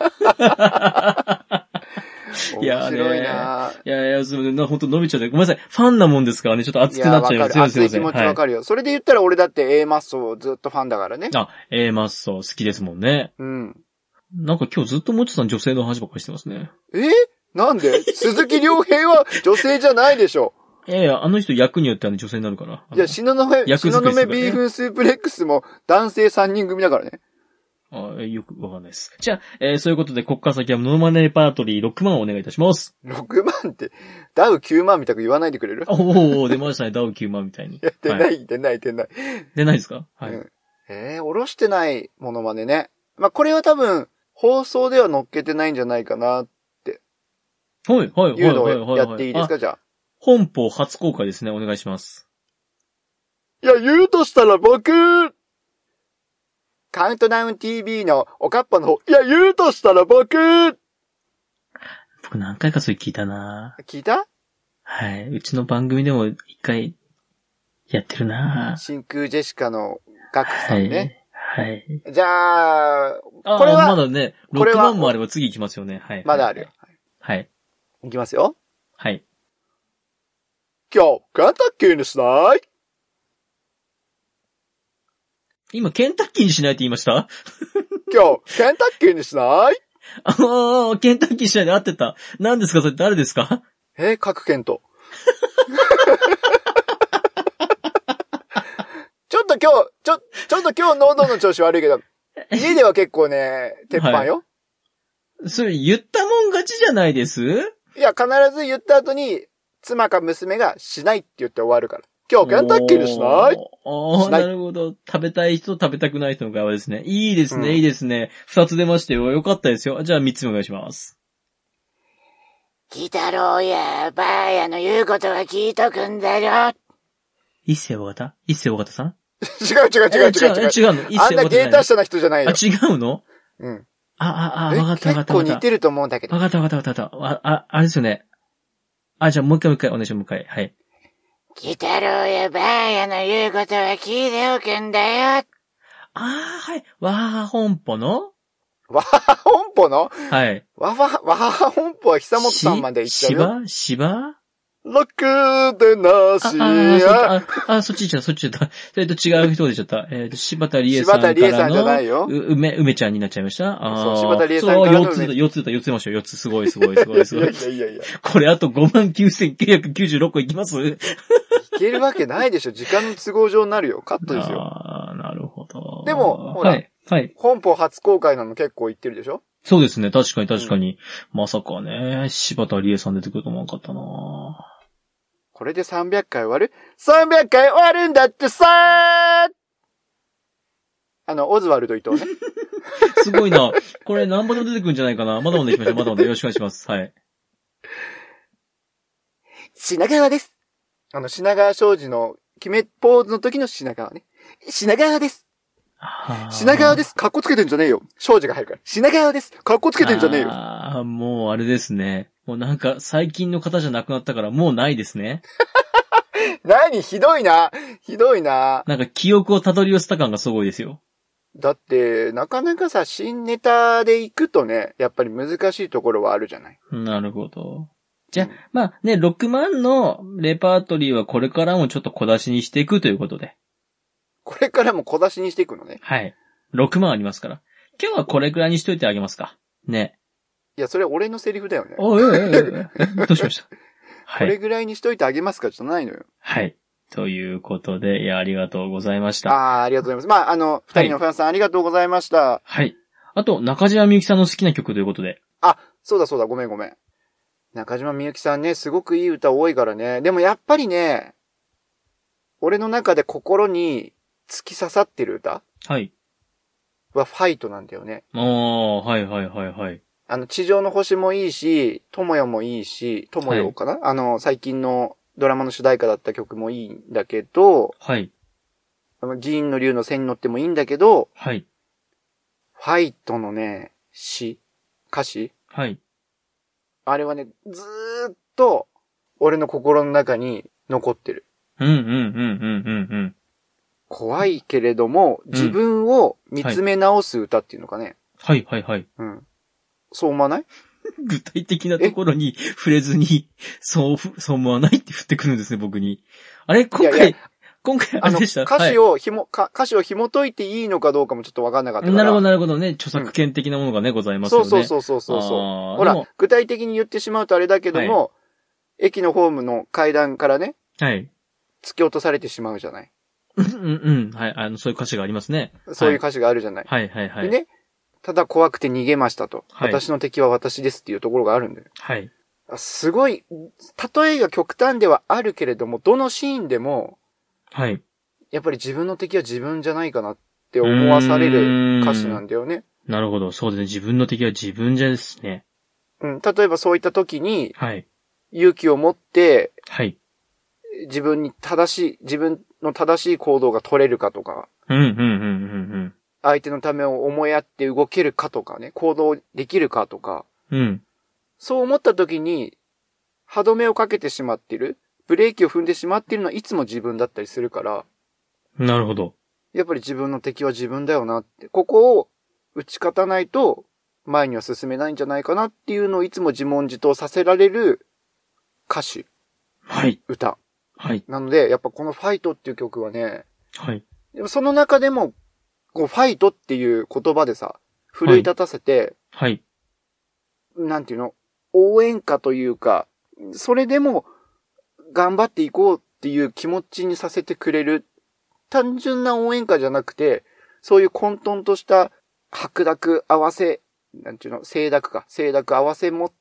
Speaker 1: いや
Speaker 2: 面白いな。
Speaker 1: いやいや、すみません。な、本当伸びちゃって。ごめんなさい。ファンなもんですからね、ちょっと熱くなっちゃい
Speaker 2: やわ
Speaker 1: ま
Speaker 2: か
Speaker 1: す。
Speaker 2: る熱
Speaker 1: すい
Speaker 2: い
Speaker 1: ませ
Speaker 2: 気
Speaker 1: ん。
Speaker 2: 持ちわ
Speaker 1: はい。
Speaker 2: かるよ。それで言ったら俺だって A マッソをずっとファンだからね。
Speaker 1: あ、えー、マッソ、好きですもんね。
Speaker 2: うん。
Speaker 1: なんか今日ずっともちさん女性の話ばっかりしてますね。
Speaker 2: えなん で鈴木亮平は女性じゃないでしょ。
Speaker 1: いやいや、あの人役によってあの女性になるから。
Speaker 2: いや、東雲、
Speaker 1: 役
Speaker 2: 東
Speaker 1: 作り
Speaker 2: 雲
Speaker 1: する
Speaker 2: ビーフンスープレックスも男性3人組だからね。
Speaker 1: あのあよくわかんないです。じゃあ、えーそういうことで、こっから先はモノマネレパートリー6万をお願いいたします。
Speaker 2: 6万って、ダウ9万みたく言わないでくれる
Speaker 1: おーおー、出ましたね、ダウ9万みたいに。
Speaker 2: 出
Speaker 1: は、
Speaker 2: ないい、出ない、出ない。
Speaker 1: 出ないですかはい。
Speaker 2: うんえー、おろしてないものまでね。まあ、これは多分、放送では乗っけてないんじゃないかな、
Speaker 1: はい、はい、はい
Speaker 2: いうの
Speaker 1: はい、
Speaker 2: を
Speaker 1: はい。
Speaker 2: やっていいです
Speaker 1: あ
Speaker 2: か、じゃあ。
Speaker 1: 本邦初公開ですね、お願いします。
Speaker 2: いや、言うとしたら僕カウントダウン TV のおかっぱの方、いや、言うとしたら僕
Speaker 1: 僕何回かそれ聞いたな
Speaker 2: 聞いた
Speaker 1: はい。うちの番組でも一回やってるなぁ
Speaker 2: 真空ジェシカのガクさんね。
Speaker 1: はい。はい。
Speaker 2: じゃあ、
Speaker 1: あー
Speaker 2: これは
Speaker 1: まだね、
Speaker 2: これ
Speaker 1: 6
Speaker 2: は
Speaker 1: 万もあれば次行きますよね。はい。
Speaker 2: まだあるよ。。
Speaker 1: はい。
Speaker 2: いきますよ。
Speaker 1: はい。
Speaker 2: 今日、ガタッキーにしない
Speaker 1: 今、ケンタッキーにしないって言いました
Speaker 2: 今日、ケンタッキーにしない
Speaker 1: ああ、ケンタッキーしないで合ってた。何ですかそれ誰ですか
Speaker 2: えー、各県 と。ちょっと今日、ちょ、ちょっと今日喉の調子悪いけど、家では結構ね、鉄板よ。
Speaker 1: それ言ったもん勝ちじゃないです
Speaker 2: い、や、必ず言った後に、妻か娘がしないって言って終わるから。今日、ケンタッキーにしない
Speaker 1: おーおー
Speaker 2: しない
Speaker 1: なるほど。食べたい人と食べたくない人の会話ですね。いいですね、
Speaker 2: うん
Speaker 1: いいですね。二つ出ましたよ。よかったですよ。じゃあ三つ目お願いします。
Speaker 2: 聞いたろうや、ばあやの言うことは聞いとくんだよ。
Speaker 1: 一世尾形一世尾形さん
Speaker 2: 違う違う違う違う違う。
Speaker 1: え違うの一
Speaker 2: あん
Speaker 1: 世
Speaker 2: な
Speaker 1: 尾形
Speaker 2: 芸
Speaker 1: じゃ
Speaker 2: 達者な人じゃない
Speaker 1: ないあ、
Speaker 2: よ。
Speaker 1: 違うの
Speaker 2: うん。
Speaker 1: あ、あ、あ、
Speaker 2: え
Speaker 1: わかったわか
Speaker 2: 結
Speaker 1: ったわか
Speaker 2: 構似
Speaker 1: った。
Speaker 2: てると思うんだけど
Speaker 1: わ。かったわかったわかった。あ、あ、あれですよね。あ、じゃあもう一回もう一回お願いします。もう一回。はい。
Speaker 2: ギタロウやばあやの言うことは聞いておくんだよ。
Speaker 1: ああ、はい。わは本舗の
Speaker 2: わは本舗の
Speaker 1: はい。
Speaker 2: わは、わは本舗は久本さんまで行っちゃうよ。
Speaker 1: し芝
Speaker 2: 楽でなしや。
Speaker 1: 芝あああ、そっち行っちゃった、そっち行っちゃった。それと違う人でちゃった。えっ、と、柴田理恵さん
Speaker 2: 柴
Speaker 1: からの。
Speaker 2: 田理恵さんじゃないよ
Speaker 1: う梅、梅ちゃんになっちゃいました。ああ。
Speaker 2: そう柴田理恵さんからの
Speaker 1: そう、4つ出た、4つ出た、4つ出ましたよ。4つ、すごい、すごい、すごい、す
Speaker 2: い
Speaker 1: ご
Speaker 2: や
Speaker 1: い。
Speaker 2: いやいやいや。
Speaker 1: これあと59,996個いきます
Speaker 2: いけるわけないでしょ。時間の都合上になるよ。カットですよ。
Speaker 1: ああ、なるほど。
Speaker 2: でもほら
Speaker 1: はい。はい。
Speaker 2: 本舗初公開なの結構行ってるでしょ
Speaker 1: そうですね。確かに確かに。まさかね、柴田理恵さん出てくると思わなかったな
Speaker 2: これで300回終わる ?300 回終わるんだってさーあの、オズワルド伊藤ね。
Speaker 1: すごいな。これ何本でも出てくるんじゃないかな。まだまだ行きましょう。まだまだよろしくお願いします。はい。
Speaker 2: 品川です。あの、品川庄司の決めポーズの時の品川ね。品川です。品川です。かっこつけてんじゃねえよ。庄司が入るから。品川です。かっこつけてんじゃねえよ。
Speaker 1: ああ、もうあれですね。もうなんか最近の方じゃなくなったからもうないですね。
Speaker 2: 何ひどいな。ひどいな。
Speaker 1: なんか記憶をたどり寄せた感がすごいですよ。
Speaker 2: だって、なかなかさ、新ネタで行くとね、やっぱり難しいところはあるじゃない。
Speaker 1: なるほど。じゃあ、まあね、6万のレパートリーはこれからもちょっと小出しにしていくということで。
Speaker 2: これからも小出しにしていくのね。
Speaker 1: はい。6万ありますから。今日はこれくらいにしといてあげますか。ね。
Speaker 2: いや、それ俺のセリフだよね。こ
Speaker 1: おいおいおいおい。 どうしましたは
Speaker 2: れ
Speaker 1: い。
Speaker 2: ぐらいにしといてあげますかじゃないのよ。
Speaker 1: はい。ということで、いや、ありがとうございました。
Speaker 2: ああー、ありがとうございます。まあ、あの、二人のファンさん、ありがとうございました。
Speaker 1: はい。あと、中島みゆきさんの好きな曲ということで。
Speaker 2: あ、そうだそうだ、ごめんごめん。中島みゆきさんね、すごくいい歌多いからね。でもやっぱりね、俺の中で心に突き刺さってる歌
Speaker 1: はい。
Speaker 2: はファイトなんだよね。
Speaker 1: ああ、はいはいはいはい。
Speaker 2: あの、地上の星もいいし、友よもいいし、友よかな、あの、最近のドラマの主題歌だった曲もいいんだけど、
Speaker 1: はい。
Speaker 2: あの、寺院の竜の背に乗ってもいいんだけど、
Speaker 1: はい。
Speaker 2: ファイトのね、詩、歌詞
Speaker 1: はい。
Speaker 2: あれはね、ずーっと、俺の心の中に残ってる。
Speaker 1: うんうんうんうんうんうん。
Speaker 2: 怖いけれども、
Speaker 1: ん
Speaker 2: 自分を見つめ直す歌っていうのかね。
Speaker 1: はいはいはい。
Speaker 2: うん。そう思わない
Speaker 1: 具体的なところに触れずに、そうふ、そう思わないって振ってくるんですね、僕に。あれ今
Speaker 2: いや
Speaker 1: 回、
Speaker 2: い
Speaker 1: 今回あ
Speaker 2: あ
Speaker 1: れ
Speaker 2: の、
Speaker 1: でした
Speaker 2: 歌詞
Speaker 1: を、
Speaker 2: を紐、か歌詞を紐解いていいのかどうかもちょっとわかんなかっ
Speaker 1: は
Speaker 2: た
Speaker 1: い
Speaker 2: から。
Speaker 1: なるほどなるほどね。著作権的なものがね、ございますよ
Speaker 2: そう
Speaker 1: ね。
Speaker 2: そうそうそうそうそう。
Speaker 1: ほ
Speaker 2: ほら、具体的に言ってしまうとあれだけども、駅のホームの階段からね、
Speaker 1: はい。
Speaker 2: 突き落とされてしまうじゃない。
Speaker 1: うんうんうん。はい。あの、そういう歌詞がありますね。
Speaker 2: そういう歌詞があるじゃない。
Speaker 1: はいはいはい。
Speaker 2: でね、ただ怖くて逃げましたと。
Speaker 1: はい
Speaker 2: 私の敵は私ですっていうところがあるんだよ。
Speaker 1: はい。
Speaker 2: あすごい、例えが極端ではあるけれども、どのシーンでも、
Speaker 1: はい。
Speaker 2: やっぱり自分の敵は自分じゃないかなって思わされる歌詞なんだよね。
Speaker 1: なるほど。そうですね。自分の敵は自分じゃですね。
Speaker 2: うん。例えばそういった時に
Speaker 1: はい。
Speaker 2: 勇気を持って
Speaker 1: はい。
Speaker 2: 自分に正しい、自分の正しい行動が取れるかとか、
Speaker 1: うんうんうんうん
Speaker 2: 相手のためを思いやって動けるかとかね、行動できるかとか、
Speaker 1: うん。うん。
Speaker 2: そう思った時に、歯止めをかけてしまってる、ブレーキを踏んでしまってるのはいつも自分だったりするから、
Speaker 1: なるほど。
Speaker 2: やっぱり自分の敵は自分だよなって、ここを打ち勝たないと前には進めないんじゃないかなっていうのをいつも自問自答させられる歌詞、
Speaker 1: はい。
Speaker 2: 歌。
Speaker 1: はい。
Speaker 2: なので、やっぱこのファイトっていう曲はね、
Speaker 1: はい。
Speaker 2: でもその中でも、こう、ファイトっていう言葉でさ、奮い立たせて、
Speaker 1: はい。
Speaker 2: なんていうの、応援歌というか、それでも頑張っていこうっていう気持ちにさせてくれる。単純な応援歌じゃなくて、そういう混沌とした白濁合わせ、なんていうの、清濁か、清濁合わせ持っ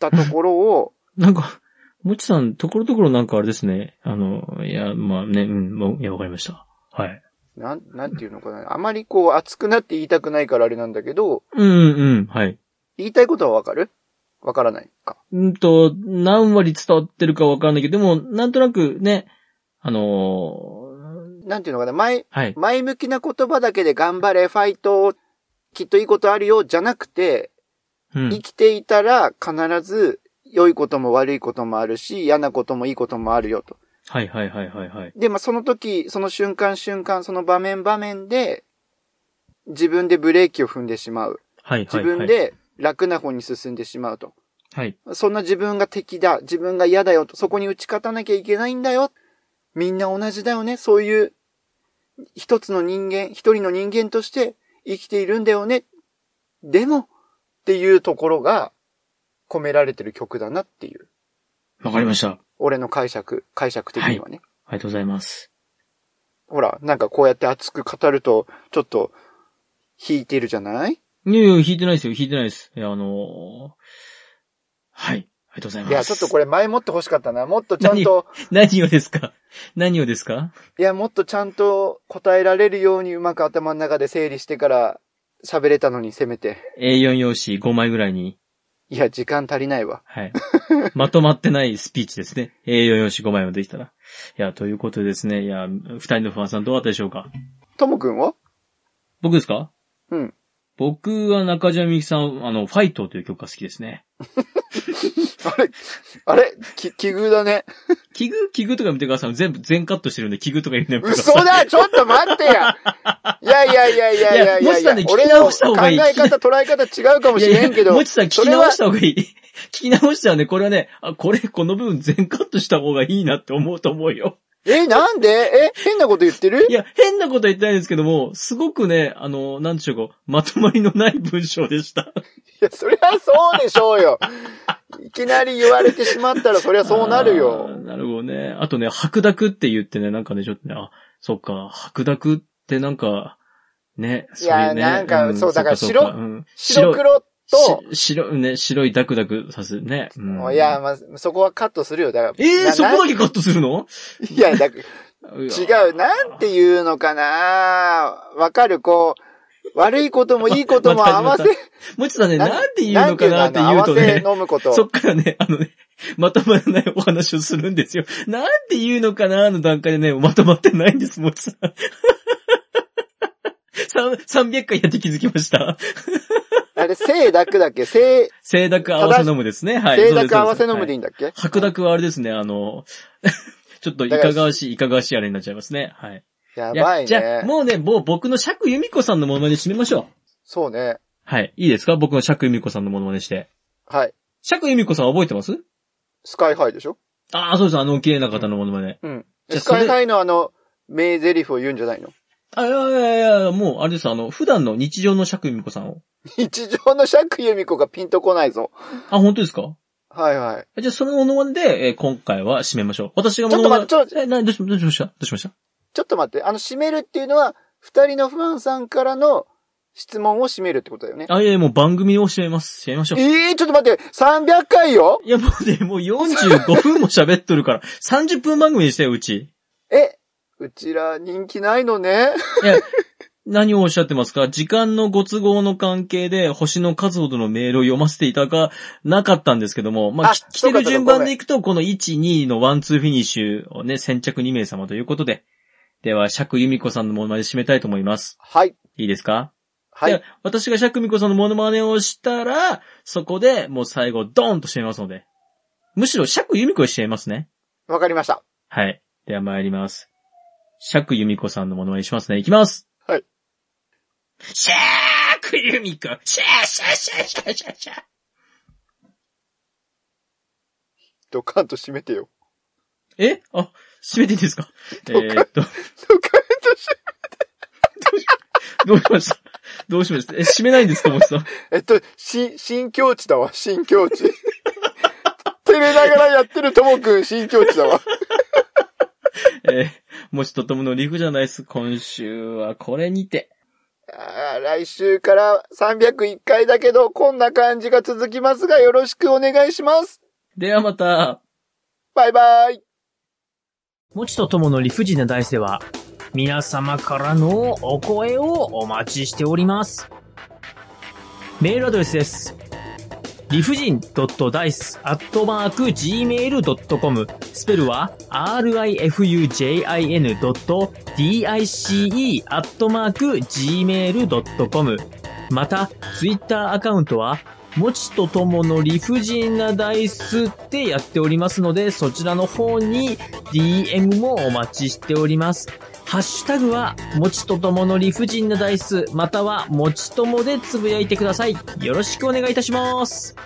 Speaker 2: たところを、
Speaker 1: なんか、もちさん、ところどころなんかあれですね。あの、いや、まあね、うん、もういや、わかりました。はい。
Speaker 2: なん、なんていうのかな、あまりこう熱くなって言いたくないからあれなんだけど、
Speaker 1: うん、うん、はい。
Speaker 2: 言いたいことはわかるわからないか。
Speaker 1: うんと、何割伝わってるかわからないけど、でも、なんとなくね、あのー
Speaker 2: なんていうのかな、前、
Speaker 1: はい。
Speaker 2: 前向きな言葉だけで頑張れ、ファイト、きっといいことあるよ、じゃなくて、
Speaker 1: う
Speaker 2: 生
Speaker 1: ん。
Speaker 2: きていたら必ず良いことも悪いこともあるし、嫌なこともいいこともあるよと。
Speaker 1: はいはいはいはいはい。
Speaker 2: で、まあ、その時、その瞬間瞬間、その場面場面で、自分でブレーキを踏んでしまう。
Speaker 1: はいは
Speaker 2: 自
Speaker 1: いはい。
Speaker 2: 分で楽な方に進んでしまうと。
Speaker 1: はい。
Speaker 2: そんな自分が敵だ、自分が嫌だよと、そこに打ち勝たなきゃいけないんだよ。みんな同じだよね。そういう、一つの人間、一人の人間として生きているんだよね。でも、っていうところが込められてる曲だなっていう。
Speaker 1: わかりました。
Speaker 2: 俺の解釈、解釈的にはね。
Speaker 1: ありがとうございます。
Speaker 2: ほら、なんかこうやって熱く語ると、ちょっと、弾いてるじゃない
Speaker 1: いやいや、弾いてないですよ。弾いてないです。いや、あのーはい。ありがとうございます。
Speaker 2: いや、ちょっとこれ前もって欲しかったな。もっとちゃんと、
Speaker 1: 何をですか何をですか
Speaker 2: いや、もっとちゃんと答えられるようにうまく頭の中で整理してから喋れたのにせめて。
Speaker 1: ?A4 用紙5枚ぐらいに。
Speaker 2: いや、時間足りないわ。
Speaker 1: はい。まとまってないスピーチですね。A4 用紙5枚もできたら。いや、ということでですね。いや、二人の不安さんどうだったでしょうか
Speaker 2: ともくんは
Speaker 1: 僕ですか
Speaker 2: うん。
Speaker 1: 僕は中島みゆきさん、あの、ファイトという曲が好きですね。
Speaker 2: あれ、あれ、き、奇遇だね。
Speaker 1: 奇遇、奇遇とか見てください。全部、全カットしてるんで、奇遇とか言うのやめてくだ
Speaker 2: 嘘
Speaker 1: さい。
Speaker 2: だちょっと待ってやいやいやいやいやいやいやいや
Speaker 1: いやもしかね
Speaker 2: 俺
Speaker 1: 聞き
Speaker 2: の
Speaker 1: 直した
Speaker 2: 考
Speaker 1: 方がい
Speaker 2: え
Speaker 1: い
Speaker 2: 方、捉え方違うかもしれんけど。
Speaker 1: もちさん聞
Speaker 2: そ
Speaker 1: き
Speaker 2: れは
Speaker 1: 直した方がいい。 聞き直したらね、これはね、あ、これ、この部分全カットした方がいいなって思うと思うよ。
Speaker 2: え、なんでえ、変なこと言ってる
Speaker 1: いや、変なことは言ってないんですけども、すごくね、あの、なんでしょうか、まとまりのない文章でした。
Speaker 2: いや、そりゃそうでしょうよ。いきなり言われてしまったらそりゃそうなるよ
Speaker 1: あ。ー。なるほどね。あとね、白濁って言ってね、なんかね、ちょっとね、あ、そっか、白濁ってなんか、ね、
Speaker 2: いや
Speaker 1: それね
Speaker 2: なんかそうだから
Speaker 1: そっそっ
Speaker 2: 白
Speaker 1: うん
Speaker 2: 白黒と、
Speaker 1: し白、ね、白いダクダクさせるね。うん
Speaker 2: いや、、まあ、そこはカットするよ。だから。
Speaker 1: えー、
Speaker 2: な
Speaker 1: そこだけカットするの
Speaker 2: いや、だ違
Speaker 1: 違
Speaker 2: う。なんていうのかなわかる、こう、悪いこともいいことも
Speaker 1: また
Speaker 2: 合わせ、
Speaker 1: もちろんね、
Speaker 2: な
Speaker 1: なんて言うのかなって言うと
Speaker 2: なんてい
Speaker 1: ね
Speaker 2: うのかな、合わせ飲むこ
Speaker 1: そ
Speaker 2: と
Speaker 1: っ。からね、あのね、まとまらないお話をするんですよ。なんて言うのかなの段階でね、まとまってないんです、もちさん。 さ300回やって気づきました。
Speaker 2: あれ、清濁だっけ清、
Speaker 1: 清濁合わせ飲むですね。はい。
Speaker 2: 清
Speaker 1: そうです
Speaker 2: 濁合わせ飲むでい
Speaker 1: はい
Speaker 2: いんだっけ
Speaker 1: い白濁はあれですね、あの、 ちょっといかがわしい、いかがわしいあれになっちゃいますね。はい。
Speaker 2: や
Speaker 1: いや
Speaker 2: ばい
Speaker 1: じゃあ、
Speaker 2: ね。
Speaker 1: もうね、もう僕の釈由美子さんのモノマネしてみましょう。
Speaker 2: そうね。
Speaker 1: はい。いいですか僕の釈由美子さんのモノマネして。
Speaker 2: はい。
Speaker 1: 釈由美子さん覚えてます
Speaker 2: スカイハイでしょ
Speaker 1: ああ、そうです。あの、綺麗な方のモノマネ。
Speaker 2: うん。
Speaker 1: じゃあ
Speaker 2: スカイ
Speaker 1: それ
Speaker 2: ハイのあの、名台詞を言うんじゃないの
Speaker 1: あ、いやいやいや、もう、あれです、あの、普段の日常の釈由美子さんを。
Speaker 2: 日常の釈由美子がピンとこないぞ。
Speaker 1: あ、本当ですか
Speaker 2: はいはい。
Speaker 1: じゃあ、そのモノマネで、えー今回は締めましょう。私がモノマネ。
Speaker 2: ちょっと待って
Speaker 1: え、な、どうしどうしましたどうしました
Speaker 2: ちょっと待って、あの、締めるっていうのは、二人のファンさんからの質問を締めるってことだよね。
Speaker 1: あ、いやいや、もう番組を締めます。締めましょう。
Speaker 2: ええー、ちょっと待って、300回よ
Speaker 1: いや、もうね、もう45分も喋っとるから、30分番組にしたよ、うち。
Speaker 2: え、うちら人気ないのね。
Speaker 1: いや、何をおっしゃってますか時間のご都合の関係で、星の数ほどのメールを読ませていただかなかったんですけども、まあ、
Speaker 2: あ
Speaker 1: き来てる順番でいくと、この1、2のワン、ツーフィニッシュをね、先着2名様ということで、では、釈由美子さんのモノマネ締めたいと思います。
Speaker 2: はい。
Speaker 1: いいですか
Speaker 2: は
Speaker 1: じゃ
Speaker 2: い。
Speaker 1: あ私が釈由美子さんのモノマネをしたら、そこでもう最後、ドーンと締めますので。
Speaker 3: むしろ釈由美子にしちゃいますね。
Speaker 2: わかりました。
Speaker 3: はい。では参ります。釈由美子さんのものまねしますね。いきます。
Speaker 2: はい。
Speaker 3: 釈由美子シャーシャーシャーシャーシャーシャー
Speaker 2: ドカンと閉めてよ。
Speaker 3: えあ、閉めていいんですかえーっと、
Speaker 2: ドカンと閉
Speaker 3: どうしましたどうしましたえ、閉めないんですかもうさ。
Speaker 2: め、えっと、新、新境地だわ、新境地。 照れながらやってるともくん、新境地だわ。
Speaker 3: えー、もちととものリフじゃないです。今週はこれにて。
Speaker 2: あー来週から301回だけど、こんな感じが続きますが、よろしくお願いします。
Speaker 3: ではまた。
Speaker 2: バイバイ。
Speaker 1: もちとともの理不尽な大世は、皆様からのお声をお待ちしております。メールアドレスです。理不尽 .dice.gmail.com スペルは rifujin.dice.gmail.com また、ツイッターアカウントは、もちとともの理不尽なダイスってやっておりますので、そちらの方に DM もお待ちしております。ハッシュタグは、もちとともの理不尽なダイス、または、もちともでつぶやいてください。よろしくお願いいたします。